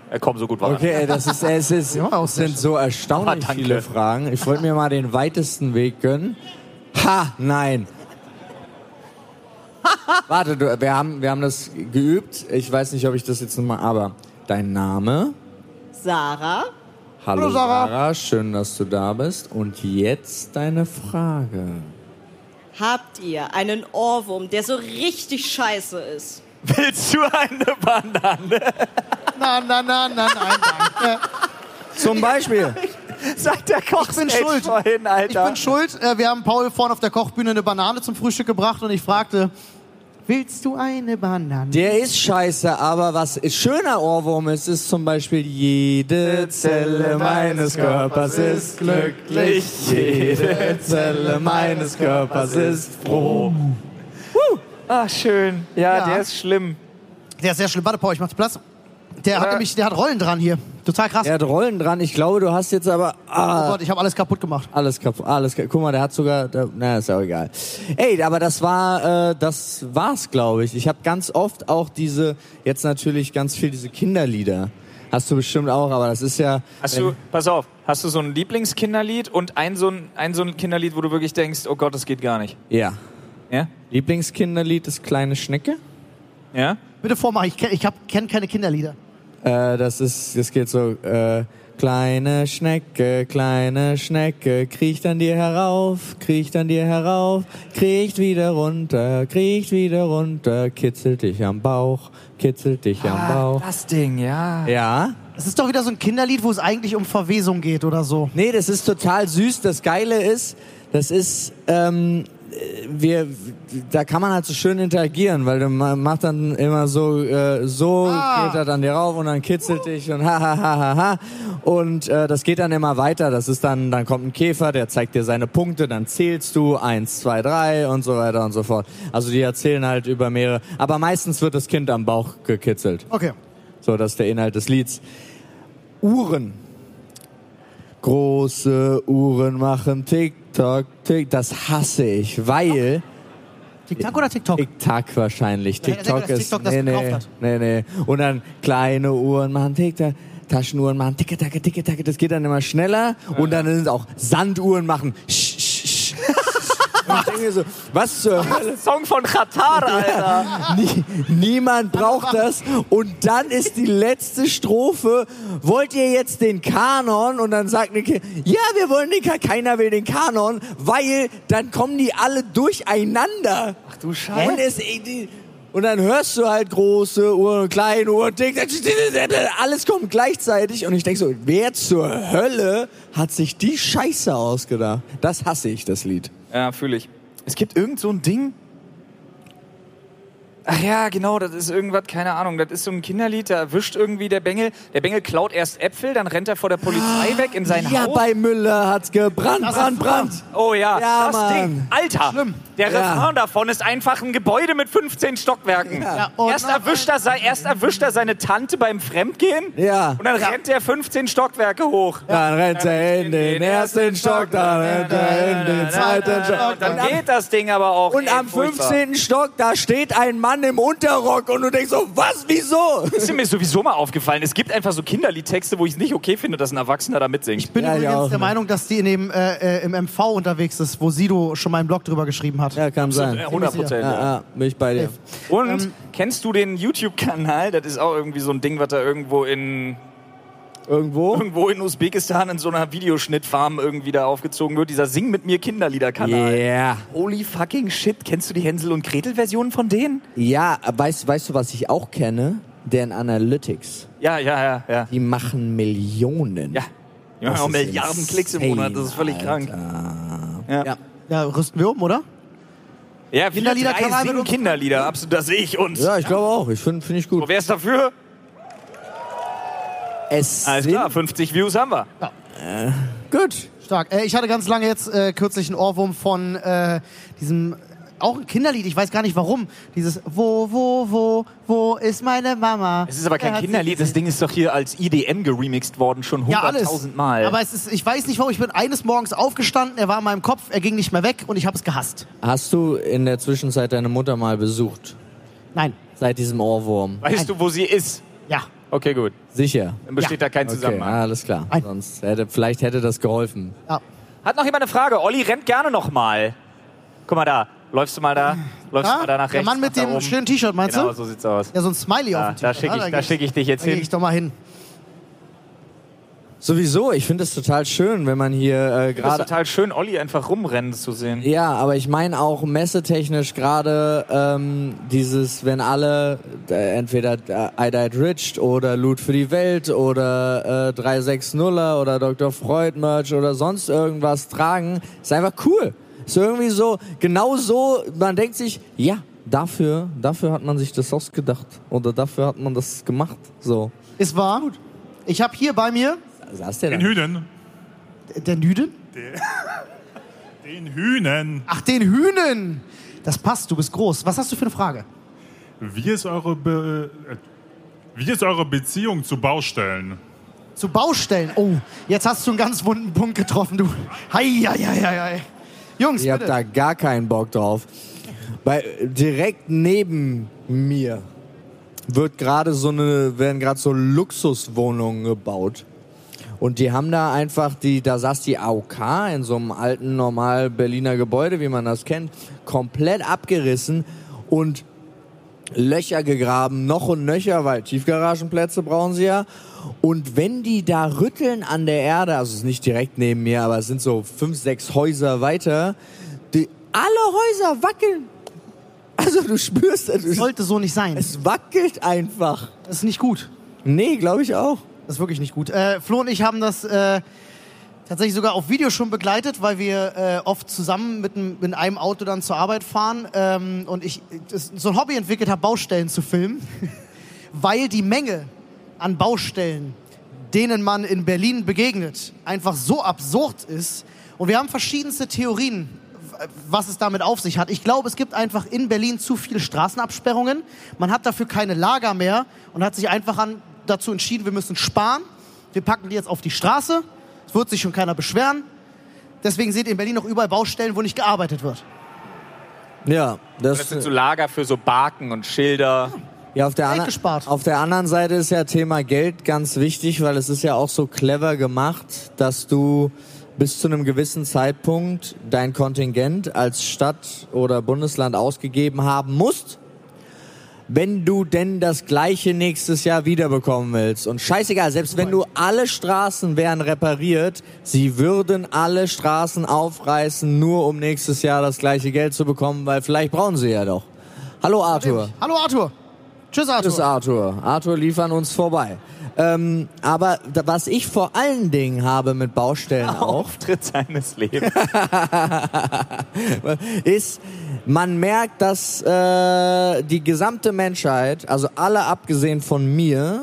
[SPEAKER 3] Er kommt so gut war. er.
[SPEAKER 2] Okay, ey, das ist, es ist,
[SPEAKER 1] Ja, auch
[SPEAKER 2] es sind so erstaunlich
[SPEAKER 3] Ah, danke.
[SPEAKER 2] viele Fragen. Ich wollte mir mal den weitesten Weg gönnen. Ha, nein. Warte, du, wir, haben, wir haben das geübt. Ich weiß nicht, ob ich das jetzt nochmal, aber dein Name.
[SPEAKER 9] Sarah.
[SPEAKER 2] Hallo,
[SPEAKER 1] Hallo, Sarah.
[SPEAKER 2] Sarah. schön, dass du da bist. Und jetzt deine Frage.
[SPEAKER 9] Habt ihr einen Ohrwurm, der so richtig scheiße ist?
[SPEAKER 3] Willst du eine Banane?
[SPEAKER 1] Na, na, na, na, nein, danke.
[SPEAKER 2] Zum Beispiel.
[SPEAKER 3] Sagt der Koch
[SPEAKER 1] Ich bin
[SPEAKER 3] Stage
[SPEAKER 1] schuld.
[SPEAKER 3] vorhin,
[SPEAKER 1] Ich
[SPEAKER 3] Alter.
[SPEAKER 1] bin schuld. Äh, Wir haben Paul vorne auf der Kochbühne eine Banane zum Frühstück gebracht und ich fragte, willst du eine Banane?
[SPEAKER 2] Der ist scheiße, aber was ist schöner Ohrwurm ist, ist zum Beispiel jede Zelle meines Körpers ist glücklich. Jede Zelle meines Körpers ist froh.
[SPEAKER 3] Ah, schön. Ja,
[SPEAKER 1] Ja.
[SPEAKER 3] der ist schlimm.
[SPEAKER 1] Der ist sehr schlimm. Warte, Paul, ich mach dir Platz. Der hat
[SPEAKER 3] Äh.
[SPEAKER 1] nämlich, der hat Rollen dran hier. Total krass.
[SPEAKER 2] Er hat Rollen dran. Ich glaube, du hast jetzt aber
[SPEAKER 1] Oh
[SPEAKER 2] ah,
[SPEAKER 1] Gott, ich habe alles kaputt gemacht.
[SPEAKER 2] alles kaputt. Alles kaputt. Guck mal, der hat sogar. Der, na, ist ja auch egal. Ey, aber das war, äh, das war's, glaube ich. Ich habe ganz oft auch diese jetzt natürlich ganz viel diese Kinderlieder. Hast du bestimmt auch, aber das ist ja.
[SPEAKER 3] Hast du, pass auf, hast du so ein Lieblingskinderlied und ein so ein, ein so ein Kinderlied, wo du wirklich denkst, oh Gott, das geht gar nicht.
[SPEAKER 2] Ja.
[SPEAKER 3] Ja?
[SPEAKER 2] Lieblingskinderlied ist Kleine Schnecke.
[SPEAKER 3] Ja?
[SPEAKER 1] Bitte vormach, ich, kenn- ich hab- kenn keine Kinderlieder.
[SPEAKER 2] Äh, das ist, das geht so, äh, kleine Schnecke, kleine Schnecke, kriecht an dir herauf, kriecht an dir herauf, kriecht wieder runter, kriecht wieder runter, kitzelt dich am Bauch, kitzelt dich am Bauch.
[SPEAKER 3] Das Ding, ja.
[SPEAKER 2] Ja?
[SPEAKER 1] Das ist doch wieder so ein Kinderlied, wo es eigentlich um Verwesung geht oder so.
[SPEAKER 2] Nee, das ist total süß. Das Geile ist, das ist, ähm, wir, da kann man halt so schön interagieren, weil du ma- macht dann immer so, äh, so
[SPEAKER 1] Ah.
[SPEAKER 2] geht er dann dir rauf und dann kitzelt dich und ha ha ha ha ha und äh, das geht dann immer weiter. Das ist dann, dann kommt ein Käfer, der zeigt dir seine Punkte, dann zählst du eins, zwei, drei und so weiter und so fort. Also die erzählen halt über mehrere, aber meistens wird das Kind am Bauch gekitzelt.
[SPEAKER 1] Okay.
[SPEAKER 2] So, das ist der Inhalt des Lieds. Uhren. Große Uhren machen Tick-Tock, Tick. Das hasse ich, weil
[SPEAKER 1] TikTok oder TikTok?
[SPEAKER 2] Tick-Tack wahrscheinlich.
[SPEAKER 1] Ja, der
[SPEAKER 2] TikTok
[SPEAKER 1] denkt, dass
[SPEAKER 2] ist.
[SPEAKER 1] TikTok das gekauft
[SPEAKER 2] nee,
[SPEAKER 1] hat.
[SPEAKER 2] nee, nee. Und dann kleine Uhren machen Tick-Tack. Taschenuhren machen Ticke-Tacke, Ticke-Tacke. Das geht dann immer schneller. Und dann sind auch Sanduhren machen. Sch, sch, sch. Und ich denke so, was zur Hölle?
[SPEAKER 3] Song von Katar, Alter.
[SPEAKER 2] Nie, niemand braucht das. Und dann ist die letzte Strophe. Wollt ihr jetzt den Kanon? Und dann sagt Nicke, ja, wir wollen den Kanon. Keiner will den Kanon, weil dann kommen die alle durcheinander. Ach du Scheiße. Und, es, und dann hörst du halt große Uhren, kleine Uhren, Tick, Tack, Tick, Tack, Tack, alles kommt gleichzeitig. Und ich denke so, wer zur Hölle hat sich die Scheiße ausgedacht? Das hasse ich, das Lied.
[SPEAKER 3] Ja, fühle ich. Es gibt irgend so ein Ding. Ach ja, genau, das ist irgendwas, keine Ahnung. Das ist so ein Kinderlied, da erwischt irgendwie der Bengel. Der Bengel klaut erst Äpfel, dann rennt er vor der Polizei weg in sein
[SPEAKER 2] Ah, ja,
[SPEAKER 3] Haus.
[SPEAKER 2] bei Müller hat's gebrannt,
[SPEAKER 1] Das ist
[SPEAKER 2] brand,
[SPEAKER 1] super.
[SPEAKER 2] brand.
[SPEAKER 3] oh ja,
[SPEAKER 2] Ja,
[SPEAKER 3] das
[SPEAKER 2] Mann.
[SPEAKER 3] Ding. Alter, der
[SPEAKER 2] Ja.
[SPEAKER 3] Refrain davon ist einfach ein Gebäude mit 15 Stockwerken.
[SPEAKER 1] Ja, und-
[SPEAKER 3] erst, erwischt er, sei- erst erwischt er seine Tante beim Fremdgehen
[SPEAKER 2] Ja.
[SPEAKER 3] und dann rennt er 15 Stockwerke hoch.
[SPEAKER 2] Dann rennt er in den ersten Stock, dann rennt er in den zweiten Stock.
[SPEAKER 3] Und dann geht das Ding aber auch.
[SPEAKER 2] Und
[SPEAKER 3] ey,
[SPEAKER 2] am
[SPEAKER 3] furchtbar.
[SPEAKER 2] 15. Stock, da steht ein Mann im Unterrock und du denkst so, was, wieso?
[SPEAKER 3] Das ist mir sowieso mal aufgefallen. Es gibt einfach so Kinderliedtexte, wo ich es nicht okay finde, dass ein Erwachsener da mitsingt.
[SPEAKER 1] Ich bin
[SPEAKER 2] Ja, ich
[SPEAKER 1] übrigens
[SPEAKER 2] auch,
[SPEAKER 1] der
[SPEAKER 2] ne.
[SPEAKER 1] Meinung, dass die in dem, äh, äh, im MV unterwegs ist, wo Sido schon mal einen Blog drüber geschrieben hat.
[SPEAKER 2] Ja, kann sein.
[SPEAKER 3] Ja, 100 Prozent.
[SPEAKER 2] Ja, Ähm, ja, bin ich bei dir.
[SPEAKER 3] äh, Und kennst du den YouTube-Kanal? Das ist auch irgendwie so ein Ding, was da irgendwo in,
[SPEAKER 2] Irgendwo?
[SPEAKER 3] irgendwo in Usbekistan in so einer Videoschnittfarm irgendwie da aufgezogen wird. Dieser Sing mit mir Kinderlieder-Kanal.
[SPEAKER 2] Yeah.
[SPEAKER 3] Holy fucking shit. Kennst du die Hänsel und Gretel-Version von denen?
[SPEAKER 2] Ja, weißt, weißt du, was ich auch kenne? Deren Analytics.
[SPEAKER 3] Ja, ja, ja, ja.
[SPEAKER 2] Die machen Millionen.
[SPEAKER 3] Ja. Die machen
[SPEAKER 2] Das
[SPEAKER 3] auch
[SPEAKER 2] ist
[SPEAKER 3] Milliarden Klicks im
[SPEAKER 2] insane,
[SPEAKER 3] Monat. Das ist völlig krank.
[SPEAKER 2] Alter.
[SPEAKER 3] Ja.
[SPEAKER 2] Ja.
[SPEAKER 1] Ja, rüsten wir um, oder?
[SPEAKER 10] Ja,
[SPEAKER 1] Kinderlieder
[SPEAKER 10] Kinderlieder,
[SPEAKER 1] kann man
[SPEAKER 10] drei,
[SPEAKER 1] mit
[SPEAKER 10] singen
[SPEAKER 1] uns-
[SPEAKER 10] Kinderlieder. Absolut, da sehe ich uns.
[SPEAKER 2] Ja, ich glaube auch. Ich finde find ich gut.
[SPEAKER 10] So, wer ist dafür?
[SPEAKER 2] Es
[SPEAKER 10] Alles
[SPEAKER 2] sind-
[SPEAKER 10] klar, 50 Views haben wir.
[SPEAKER 2] Gut.
[SPEAKER 1] Stark. Äh, ich hatte ganz lange jetzt äh, kürzlich einen Ohrwurm von äh, diesem, auch ein Kinderlied, ich weiß gar nicht warum. Dieses Wo, wo, wo, wo ist meine Mama?
[SPEAKER 10] Es ist aber
[SPEAKER 1] Wer
[SPEAKER 10] kein
[SPEAKER 1] hat sie
[SPEAKER 10] Kinderlied. Das Ding ist doch hier als IDM geremixed worden, schon
[SPEAKER 1] Ja, alles.
[SPEAKER 10] 100.000 Mal.
[SPEAKER 1] Aber es ist, ich weiß nicht warum, ich bin eines Morgens aufgestanden, er war in meinem Kopf, er ging nicht mehr weg und ich habe es gehasst.
[SPEAKER 2] Hast du in der Zwischenzeit deine Mutter mal besucht?
[SPEAKER 1] Nein.
[SPEAKER 2] Seit diesem Ohrwurm?
[SPEAKER 10] weißt du, wo sie ist?
[SPEAKER 1] Ja.
[SPEAKER 10] Okay, gut.
[SPEAKER 2] Sicher.
[SPEAKER 10] Dann besteht da kein
[SPEAKER 2] Okay,
[SPEAKER 10] Zusammenhang.
[SPEAKER 2] alles klar.
[SPEAKER 1] Nein.
[SPEAKER 2] Sonst hätte, vielleicht hätte das geholfen.
[SPEAKER 1] ja.
[SPEAKER 10] Hat noch jemand eine Frage? Olli rennt gerne nochmal. Guck mal da. Läufst du mal da? Läufst
[SPEAKER 1] Ah,
[SPEAKER 10] du mal da nach rechts?
[SPEAKER 1] der Mann mit
[SPEAKER 10] nach da
[SPEAKER 1] dem
[SPEAKER 10] oben?
[SPEAKER 1] schönen T-Shirt, meinst
[SPEAKER 10] Genau,
[SPEAKER 1] du?
[SPEAKER 10] so sieht's aus.
[SPEAKER 1] Ja, so ein Smiley
[SPEAKER 10] Ah,
[SPEAKER 1] auf dem
[SPEAKER 10] da
[SPEAKER 1] T-Shirt.
[SPEAKER 10] schicke
[SPEAKER 1] ah,
[SPEAKER 10] ich, da
[SPEAKER 1] geh-
[SPEAKER 10] schick ich dich
[SPEAKER 1] da
[SPEAKER 10] jetzt
[SPEAKER 1] geh
[SPEAKER 10] hin.
[SPEAKER 1] ich doch mal hin.
[SPEAKER 2] Sowieso, ich finde es total schön, wenn man hier äh,
[SPEAKER 10] Das ist
[SPEAKER 2] gerade.
[SPEAKER 10] total schön, Olli einfach rumrennen zu sehen.
[SPEAKER 2] Ja, aber ich meine auch messetechnisch gerade ähm, dieses, wenn alle äh, entweder äh, I Died Rich oder Loot für die Welt oder äh, 360er oder Dr. Freud Merch oder sonst irgendwas tragen, ist einfach cool. Ist irgendwie so, genau so, man denkt sich, ja, dafür, dafür hat man sich das ausgedacht oder dafür hat man das gemacht. So.
[SPEAKER 1] Ist wahr. Ich habe hier bei mir
[SPEAKER 2] Saß der
[SPEAKER 11] Den
[SPEAKER 2] da?
[SPEAKER 11] Hühnen.
[SPEAKER 1] der Nüden.
[SPEAKER 11] Den Hühnen.
[SPEAKER 1] Ach, den Hühnen. Das passt, du bist groß. Was hast du für eine Frage?
[SPEAKER 11] Wie ist eure, Be äh, wie ist eure Beziehung zu Baustellen?
[SPEAKER 1] Zu Baustellen. Oh, jetzt hast du einen ganz wunden Punkt getroffen, du. Hei, hei, hei, hei, hei. Jungs,
[SPEAKER 2] Ich hab
[SPEAKER 1] bitte.
[SPEAKER 2] da gar keinen Bock drauf. Bei, direkt neben mir wird gerade so eine, werden gerade so Luxuswohnungen gebaut. Und die haben da einfach die, da saß die AOK in so einem alten, normal Berliner Gebäude, wie man das kennt, komplett abgerissen und Löcher gegraben, noch und nöcher, weil Tiefgaragenplätze brauchen sie ja. Und wenn die da rütteln an der Erde, also es ist nicht direkt neben mir, aber es sind so fünf, sechs Häuser weiter, die, alle Häuser wackeln. Also du spürst, es,
[SPEAKER 1] Sollte so nicht sein. Das
[SPEAKER 2] es wackelt einfach.
[SPEAKER 1] ist nicht gut.
[SPEAKER 2] Nee, glaube ich auch.
[SPEAKER 1] Das ist wirklich nicht gut. Äh, Flo und ich haben das äh, tatsächlich sogar auf Video schon begleitet, weil wir äh, oft zusammen mit, einem- mit einem Auto dann zur Arbeit fahren ähm, und ich das, so ein Hobby entwickelt habe, Baustellen zu filmen, weil die Menge an Baustellen, denen man in Berlin begegnet, einfach so absurd ist. Und wir haben verschiedenste Theorien, w- was es damit auf sich hat. Ich glaube, es gibt einfach in Berlin zu viele Straßenabsperrungen. Man hat dafür keine Lager mehr und hat sich einfach an, dazu entschieden, wir müssen sparen. Wir packen die jetzt auf die Straße. Es wird sich schon keiner beschweren. Deswegen seht ihr in Berlin noch überall Baustellen, wo nicht gearbeitet wird.
[SPEAKER 2] Ja, das,
[SPEAKER 10] Das sind so Lager für so Barken und Schilder.
[SPEAKER 2] Ja, auf der,
[SPEAKER 1] Zeit
[SPEAKER 2] andern-
[SPEAKER 1] gespart.
[SPEAKER 2] auf der anderen Seite ist ja Thema Geld ganz wichtig, weil es ist ja auch so clever gemacht, dass du bis zu einem gewissen Zeitpunkt dein Kontingent als Stadt oder Bundesland ausgegeben haben musst, wenn du denn das gleiche nächstes Jahr wiederbekommen willst. Und scheißegal, selbst wenn du alle Straßen wären repariert, sie würden alle Straßen aufreißen, nur um nächstes Jahr das gleiche Geld zu bekommen, weil vielleicht brauchen sie ja doch. Hallo Arthur.
[SPEAKER 1] Hallo Arthur. Tschüss Arthur.
[SPEAKER 2] Tschüss, Arthur. Arthur lief an uns vorbei. Ähm, aber da, was ich vor allen Dingen habe mit Baustellen auch,
[SPEAKER 10] Auftritt seines Lebens.
[SPEAKER 2] ist, man merkt, dass äh, die gesamte Menschheit, also alle abgesehen von mir,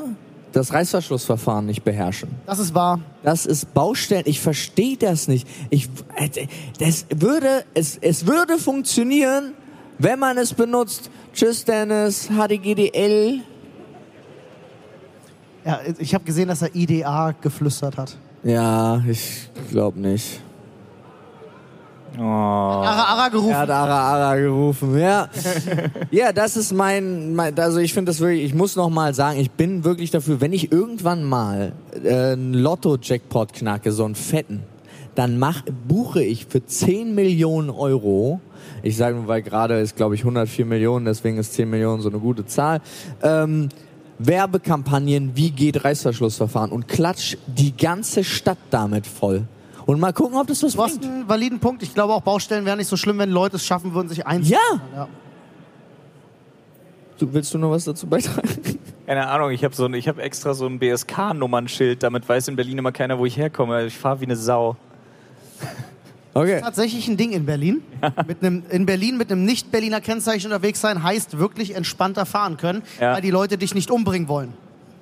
[SPEAKER 2] das Reißverschlussverfahren nicht beherrschen.
[SPEAKER 1] Das ist wahr.
[SPEAKER 2] Das ist Baustellen. Ich verstehe das nicht. Ich, äh, das würde, es, es würde funktionieren, wenn man es benutzt. Tschüss, Dennis. HDGDL.
[SPEAKER 1] Ja, ich habe gesehen, dass er IDA geflüstert hat.
[SPEAKER 2] Ja, ich glaube nicht.
[SPEAKER 1] Ara Ara gerufen.
[SPEAKER 2] Er hat Ara Ara gerufen, ja. ja, das ist mein, mein also ich finde das wirklich, ich muss nochmal sagen, ich bin wirklich dafür, wenn ich irgendwann mal äh, einen Lotto-Jackpot knacke, so einen fetten, dann mach, buche ich für 10 Millionen Euro, ich sage nur, weil gerade ist, glaube ich, 104 Millionen, deswegen ist 10 Millionen so eine gute Zahl, ähm, Werbekampagnen, wie geht Reißverschlussverfahren und klatsch die ganze Stadt damit voll. Und mal gucken, ob das was
[SPEAKER 1] Du hast
[SPEAKER 2] bringt.
[SPEAKER 1] einen validen Punkt. Ich glaube, auch Baustellen wären nicht so schlimm, wenn Leute es schaffen würden, sich einzubauen.
[SPEAKER 2] Ja!
[SPEAKER 1] Ja.
[SPEAKER 2] Du, willst du noch was dazu beitragen?
[SPEAKER 10] Keine Ahnung, ich habe so ein- ich hab extra so ein
[SPEAKER 3] ne
[SPEAKER 10] BSK-Nummernschild, damit weiß in Berlin immer keiner, wo ich herkomme. Ich fahre wie eine Sau.
[SPEAKER 2] Okay.
[SPEAKER 1] tatsächlich ein Ding in Berlin. Mit einem, in Berlin mit einem nicht-Berliner Kennzeichen unterwegs sein heißt wirklich entspannter fahren können,
[SPEAKER 3] Ja.
[SPEAKER 1] weil die Leute dich nicht umbringen wollen.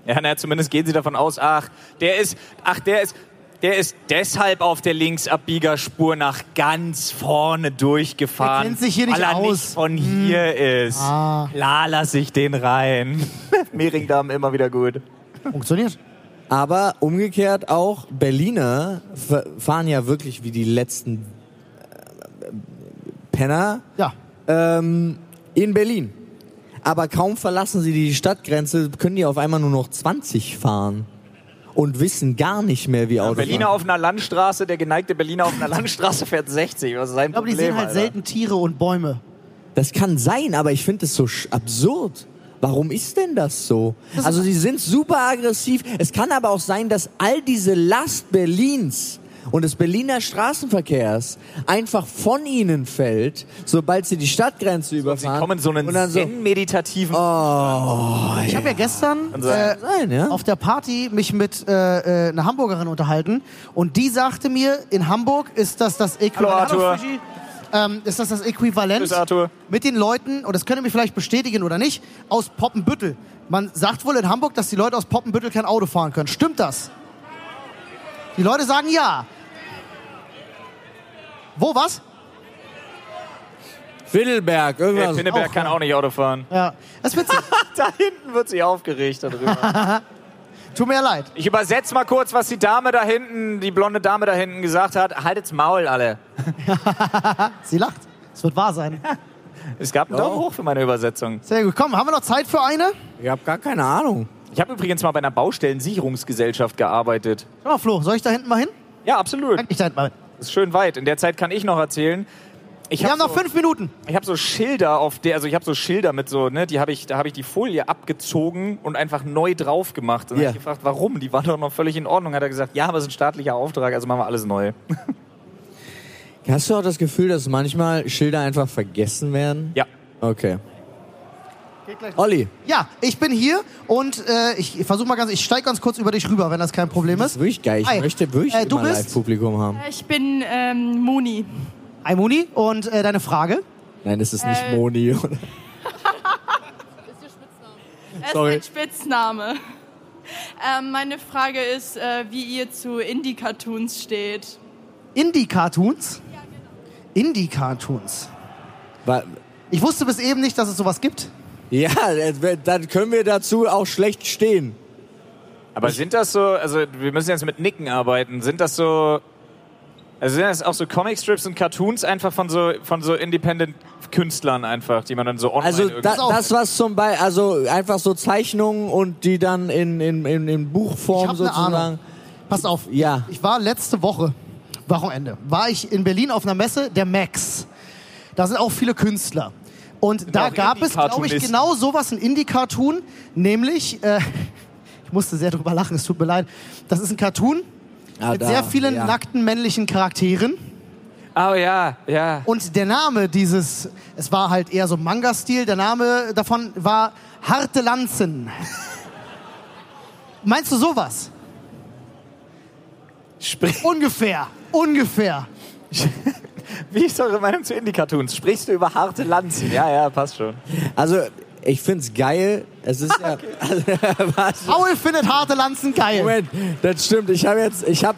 [SPEAKER 3] Ja, naja, zumindest gehen sie davon aus, ach, der ist, ach, der ist, der ist deshalb auf der Linksabbiegerspur nach ganz vorne durchgefahren.
[SPEAKER 1] Der kennt sich hier nicht
[SPEAKER 3] weil er
[SPEAKER 1] aus.
[SPEAKER 3] nicht von hier ist.
[SPEAKER 1] Ah.
[SPEAKER 3] Klar lass ich den rein. Mehringdamm immer wieder gut.
[SPEAKER 1] Funktioniert.
[SPEAKER 2] Aber umgekehrt auch Berliner f- fahren ja wirklich wie die letzten äh, Penner
[SPEAKER 1] Ja.
[SPEAKER 2] ähm, in Berlin. Aber kaum verlassen sie die Stadtgrenze, können die auf einmal nur noch 20 fahren und wissen gar nicht mehr, wie Auto
[SPEAKER 3] Berliner
[SPEAKER 2] fahren.
[SPEAKER 3] auf einer Landstraße, der geneigte Berliner auf einer Landstraße fährt 60. Was ist sein
[SPEAKER 1] Ich glaube, die
[SPEAKER 3] Problem?
[SPEAKER 1] sehen halt
[SPEAKER 3] Alter?
[SPEAKER 1] selten Tiere und Bäume.
[SPEAKER 2] Das kann sein, aber ich finde es so sch- absurd. Warum ist denn das so? Also sie sind super aggressiv. Es kann aber auch sein, dass all diese Last Berlins und des Berliner Straßenverkehrs einfach von ihnen fällt, sobald sie die Stadtgrenze
[SPEAKER 3] Sie
[SPEAKER 2] überfahren.
[SPEAKER 3] kommen in so einen
[SPEAKER 2] und dann so,
[SPEAKER 1] Oh,
[SPEAKER 2] oh,
[SPEAKER 3] zen-meditativen
[SPEAKER 1] Ich habe ja gestern äh,
[SPEAKER 2] sein, ja?
[SPEAKER 1] auf der Party mich mit äh, äh, einer Hamburgerin unterhalten und die sagte mir, in Hamburg ist das das Äquivalent.
[SPEAKER 3] Hallo, Arthur.
[SPEAKER 1] Fiji. ähm, ist das das Äquivalent
[SPEAKER 3] Tschüss, Arthur.
[SPEAKER 1] mit den Leuten, und das könnt ihr mich vielleicht bestätigen oder nicht, aus Poppenbüttel. Man sagt wohl in Hamburg, dass die Leute aus Poppenbüttel kein Auto fahren können. Stimmt das? Die Leute sagen ja. Wo was?
[SPEAKER 2] Fiddelberg,
[SPEAKER 3] Hey,
[SPEAKER 2] irgendwas.
[SPEAKER 3] Pinneberg kann auch nicht Auto fahren.
[SPEAKER 1] Ja. Das ist witzig.
[SPEAKER 3] Da hinten wird sie aufgeregt darüber.
[SPEAKER 1] Tut mir ja leid.
[SPEAKER 3] Ich übersetze mal kurz, was die Dame da hinten, die blonde Dame da hinten gesagt hat. Haltet's Maul, alle.
[SPEAKER 1] Sie lacht. Es wird wahr sein.
[SPEAKER 3] Es gab einen Daumen hoch für meine Übersetzung.
[SPEAKER 1] Sehr gut. Komm, haben wir noch Zeit für eine?
[SPEAKER 2] ich habe gar keine Ahnung.
[SPEAKER 3] Ich habe übrigens mal bei einer Baustellensicherungsgesellschaft gearbeitet.
[SPEAKER 1] Schau mal, Flo, soll ich da hinten mal hin?
[SPEAKER 3] Ja, absolut.
[SPEAKER 1] Ich da hinten mal hin.
[SPEAKER 3] Ist schön weit. In der Zeit kann ich noch erzählen. Ich
[SPEAKER 1] Wir
[SPEAKER 3] hab
[SPEAKER 1] haben noch
[SPEAKER 3] so-
[SPEAKER 1] fünf Minuten.
[SPEAKER 3] Ich habe so Schilder auf der, also ich habe so Schilder mit so, ne, die habe ich, da habe ich die Folie abgezogen und einfach neu drauf gemacht. Und
[SPEAKER 2] Ja.
[SPEAKER 3] hab ich gefragt, warum? Die waren doch noch völlig in Ordnung. Hat er gesagt, ja, aber es ist ein staatlicher Auftrag, also machen wir alles neu.
[SPEAKER 2] Hast du auch das Gefühl, dass manchmal Schilder einfach vergessen werden?
[SPEAKER 3] Ja.
[SPEAKER 2] Okay. Olli,
[SPEAKER 1] Ja, ich bin hier und äh, ich versuche mal ganz, ich steige ganz kurz über dich rüber, wenn das kein Problem
[SPEAKER 2] das ist
[SPEAKER 1] ist.
[SPEAKER 2] wirklich geil. Ich
[SPEAKER 1] Hi.
[SPEAKER 2] möchte wirklich
[SPEAKER 1] Äh, du
[SPEAKER 2] immer
[SPEAKER 1] bist-
[SPEAKER 2] Live-Publikum haben.
[SPEAKER 5] Ich bin ähm, Moni.
[SPEAKER 1] Hi Moni, und äh, deine Frage?
[SPEAKER 2] Nein, das ist nicht
[SPEAKER 5] Äh,
[SPEAKER 2] Moni. oder?
[SPEAKER 5] Es ist
[SPEAKER 2] Sorry.
[SPEAKER 5] mein Spitzname. Ähm, meine Frage ist, äh, wie ihr zu Indie-Cartoons steht.
[SPEAKER 1] Indie-Cartoons? Indie-Cartoons.
[SPEAKER 2] Wa-
[SPEAKER 1] Ich wusste bis eben nicht, dass es sowas gibt.
[SPEAKER 2] Ja, das wär- dann können wir dazu auch schlecht stehen.
[SPEAKER 3] Aber sind das so, also wir müssen jetzt mit Nicken arbeiten, sind das so, also sind das auch so Comicstrips und Cartoons einfach von so, von so Independent-Künstlern einfach, die man dann so online
[SPEAKER 2] Also da,
[SPEAKER 3] irgendwie-
[SPEAKER 2] das, was zum Beispiel, also einfach so Zeichnungen und die dann in, in, in, in
[SPEAKER 1] Ich
[SPEAKER 2] Buchform
[SPEAKER 1] hab ne Ahnung.
[SPEAKER 2] sozusagen.
[SPEAKER 1] Pass auf.
[SPEAKER 2] Ja.
[SPEAKER 1] Ich war letzte Woche, Wochenende, war ich in Berlin auf einer Messe, der Max. Da sind auch viele Künstler. Und da
[SPEAKER 3] auch
[SPEAKER 1] gab es, glaube ich,
[SPEAKER 3] Indie-Cartoonisten.
[SPEAKER 1] genau sowas, ein Indie-Cartoon, nämlich, äh, ich musste sehr drüber lachen, es tut mir leid, das ist ein Cartoon
[SPEAKER 2] Ah,
[SPEAKER 1] mit
[SPEAKER 2] da,
[SPEAKER 1] sehr vielen
[SPEAKER 2] ja.
[SPEAKER 1] nackten männlichen Charakteren.
[SPEAKER 3] Oh ja, ja.
[SPEAKER 1] Und der Name dieses, es war halt eher so Manga-Stil, der Name davon war Harte Lanzen. Meinst du sowas? Ungefähr, ungefähr.
[SPEAKER 3] Wie ist eure Meinung zu Indie-Cartoons? Sprichst du über harte Lanzen? Ja, ja, passt schon.
[SPEAKER 2] Also ich find's geil. Es ist ja. Also, was?
[SPEAKER 1] Paul findet harte Lanzen geil.
[SPEAKER 2] Moment, das stimmt. Ich habe jetzt, ich habe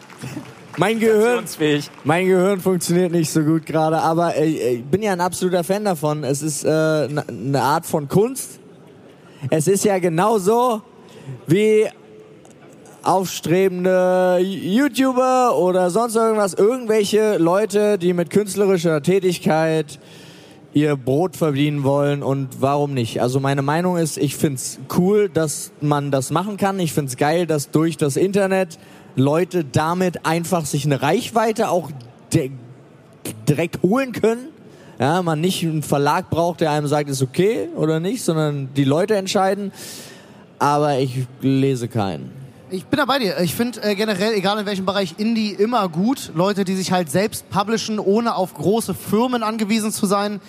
[SPEAKER 2] mein Gehirn,
[SPEAKER 3] Funktionsfähig.
[SPEAKER 2] mein Gehirn funktioniert nicht so gut gerade, aber äh, ich bin ja ein absoluter Fan davon. Es ist äh, eine Art von Kunst. Es ist ja genauso wie aufstrebende YouTuber oder sonst irgendwas, irgendwelche Leute, die mit künstlerischer Tätigkeit ihr Brot verdienen wollen und warum nicht? Also meine Meinung ist, ich find's cool, dass man das machen kann. Ich find's geil, dass durch das Internet Leute damit einfach sich eine Reichweite auch de- direkt holen können. Ja, man nicht einen Verlag braucht, der einem sagt, ist okay oder nicht, sondern die Leute entscheiden. Aber ich lese keinen.
[SPEAKER 1] Ich bin da bei dir. Ich finde äh, generell, egal in welchem Bereich, Indie immer gut. Leute, die sich halt selbst publishen, ohne auf große Firmen angewiesen zu sein.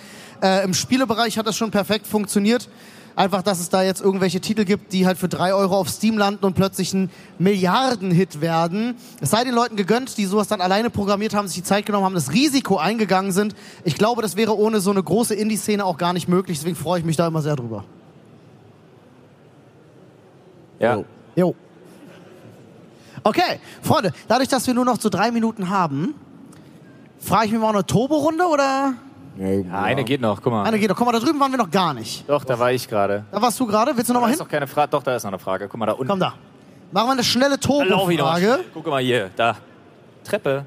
[SPEAKER 1] Äh, Im Spielebereich hat das schon perfekt funktioniert. Einfach, dass es da jetzt irgendwelche Titel gibt, die halt für drei Euro auf Steam landen und plötzlich ein Milliardenhit werden. Es sei den Leuten gegönnt, die sowas dann alleine programmiert haben, sich die Zeit genommen haben, das Risiko eingegangen sind. Ich glaube, das wäre ohne so eine große Indie-Szene auch gar nicht möglich. Deswegen freue ich mich da immer sehr drüber.
[SPEAKER 3] Ja.
[SPEAKER 1] Jo. Okay, Freunde, dadurch, dass wir nur noch so drei Minuten haben, frage ich mich mal auch eine Turbo-Runde oder?
[SPEAKER 3] ja. Eine geht noch, guck mal.
[SPEAKER 1] Eine geht doch. Guck mal, da drüben waren wir noch gar nicht.
[SPEAKER 3] Doch, da war ich gerade.
[SPEAKER 1] Da warst du gerade. Willst du
[SPEAKER 3] Da
[SPEAKER 1] nochmal
[SPEAKER 3] ist
[SPEAKER 1] hin?
[SPEAKER 3] noch keine Frage. Doch, da ist noch eine Frage. Guck mal da unten.
[SPEAKER 1] Komm da. Machen wir eine schnelle
[SPEAKER 3] Da lauf ich noch.
[SPEAKER 1] Turbo-Frage.
[SPEAKER 3] Guck mal hier, da. Treppe.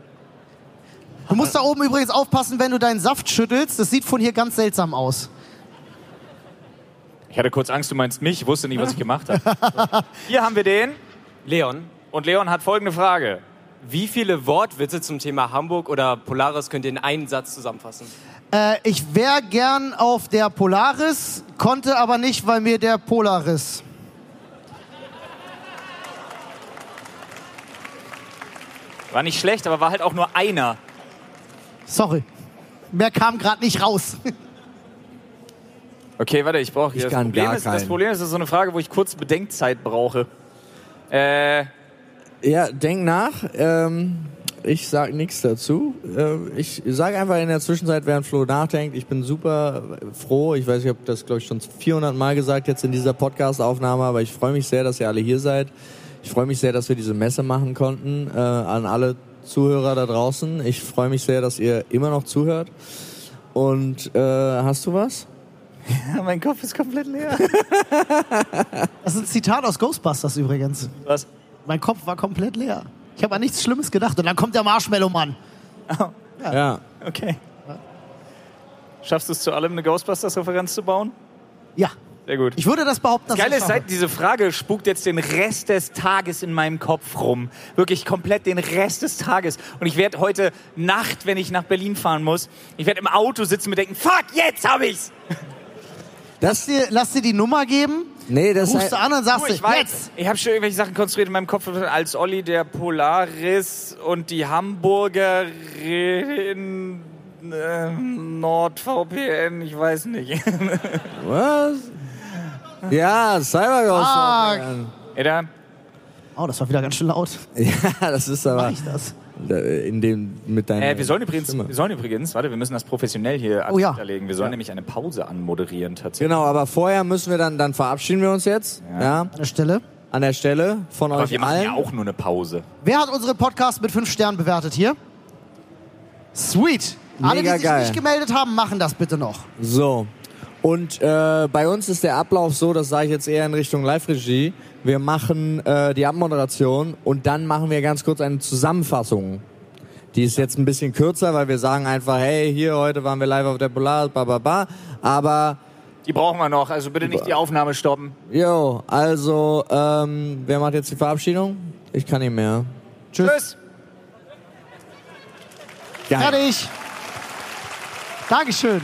[SPEAKER 1] Du musst da oben übrigens aufpassen, wenn du deinen Saft schüttelst. Das sieht von hier ganz seltsam aus.
[SPEAKER 3] Ich hatte kurz Angst, du meinst mich, wusste nicht, was ich gemacht habe. Hier haben wir den.
[SPEAKER 12] Leon,
[SPEAKER 3] Und Leon hat folgende Frage.
[SPEAKER 12] wie viele Wortwitze zum Thema Hamburg oder Polaris könnt ihr in einen Satz zusammenfassen?
[SPEAKER 1] Äh, ich wäre gern auf der Polaris, konnte aber nicht, weil mir der Polaris.
[SPEAKER 3] War nicht schlecht, aber war halt auch nur einer.
[SPEAKER 1] Sorry. Mehr kam gerade nicht raus.
[SPEAKER 3] Okay, warte, ich brauche hier.
[SPEAKER 2] Ich
[SPEAKER 3] das,
[SPEAKER 2] kann
[SPEAKER 3] Problem
[SPEAKER 2] gar
[SPEAKER 3] ist, das
[SPEAKER 2] keinen.
[SPEAKER 3] Problem ist, das ist so eine Frage, wo ich kurz Bedenkzeit brauche. Äh,
[SPEAKER 2] Ja, denk nach. Ähm, ich sag nichts dazu. Ähm, ich sage einfach in der Zwischenzeit, während Flo nachdenkt, ich bin super froh. Ich weiß, ich habe das, glaube ich, schon 400 Mal gesagt jetzt in dieser Podcast-Aufnahme, aber ich freue mich sehr, dass ihr alle hier seid. Ich freue mich sehr, dass wir diese Messe machen konnten. Äh, an alle Zuhörer da draußen. Ich freue mich sehr, dass ihr immer noch zuhört. Und äh, hast du was?
[SPEAKER 3] mein Kopf ist komplett leer.
[SPEAKER 1] Das ist ein Zitat aus Ghostbusters übrigens.
[SPEAKER 3] Was?
[SPEAKER 1] Mein Kopf war komplett leer. Ich habe an nichts Schlimmes gedacht. Und dann kommt der Marshmallow-Mann.
[SPEAKER 2] Ja.
[SPEAKER 3] Okay. Schaffst du es zu allem, eine Ghostbusters-Referenz zu bauen?
[SPEAKER 1] Ja.
[SPEAKER 3] Sehr gut.
[SPEAKER 1] Ich würde das behaupten, dass
[SPEAKER 3] Geil
[SPEAKER 1] ich
[SPEAKER 3] ist,
[SPEAKER 1] schaffe.
[SPEAKER 3] seit diese Frage spukt jetzt den Rest des Tages in meinem Kopf rum. Wirklich komplett den Rest des Tages. Und ich werde heute Nacht, wenn ich nach Berlin fahren muss, ich werde im Auto sitzen und mir denken, fuck, jetzt hab ich's!
[SPEAKER 1] Lass dir, lass dir die Nummer geben,
[SPEAKER 2] Nee, das
[SPEAKER 1] rufst du an und sagst
[SPEAKER 3] Du,
[SPEAKER 1] dir,
[SPEAKER 3] ich weiß,
[SPEAKER 1] jetzt!
[SPEAKER 3] ich habe schon irgendwelche Sachen konstruiert in meinem Kopf, als Olli der Polaris und die Hamburgerin äh, NordVPN, ich weiß nicht.
[SPEAKER 2] Was? Ja, Cyberghost.
[SPEAKER 1] Ah.
[SPEAKER 3] Edda,
[SPEAKER 1] Oh, das war wieder ganz schön laut.
[SPEAKER 2] Ja, das ist aber.
[SPEAKER 1] Mach ich das?
[SPEAKER 2] Da, In dem, mit deiner
[SPEAKER 3] Äh, wir sollen übrigens,
[SPEAKER 2] Stimme.
[SPEAKER 3] wir sollen übrigens, warte, wir müssen das professionell hier
[SPEAKER 1] Oh ja.
[SPEAKER 3] hinterlegen. Wir sollen nämlich eine Pause anmoderieren tatsächlich.
[SPEAKER 2] Genau, aber vorher müssen wir dann, dann verabschieden wir uns jetzt. Ja.
[SPEAKER 1] An der Stelle.
[SPEAKER 2] an der Stelle von
[SPEAKER 1] Genau,
[SPEAKER 3] Aber
[SPEAKER 2] euch
[SPEAKER 3] wir machen
[SPEAKER 2] allen.
[SPEAKER 3] ja auch nur eine Pause.
[SPEAKER 1] Wer hat unseren Podcast mit fünf Sternen bewertet hier? Sweet. Alle, die
[SPEAKER 2] Mega
[SPEAKER 1] sich
[SPEAKER 2] geil.
[SPEAKER 1] nicht gemeldet haben, machen das bitte noch.
[SPEAKER 2] So. Und äh, bei uns ist der Ablauf so, das sage ich jetzt eher in Richtung Live-Regie. Wir machen äh, die Abmoderation und dann machen wir ganz kurz eine Zusammenfassung. Die ist jetzt ein bisschen kürzer, weil wir sagen einfach, hey, hier, heute waren wir live auf der Polar, ba, ba, ba. Aber
[SPEAKER 3] Die brauchen wir noch, also bitte nicht die Aufnahme stoppen.
[SPEAKER 2] Jo, also, ähm, wer macht jetzt die Verabschiedung? Ich kann nicht mehr.
[SPEAKER 3] Tschüss.
[SPEAKER 1] Fertig. Dankeschön.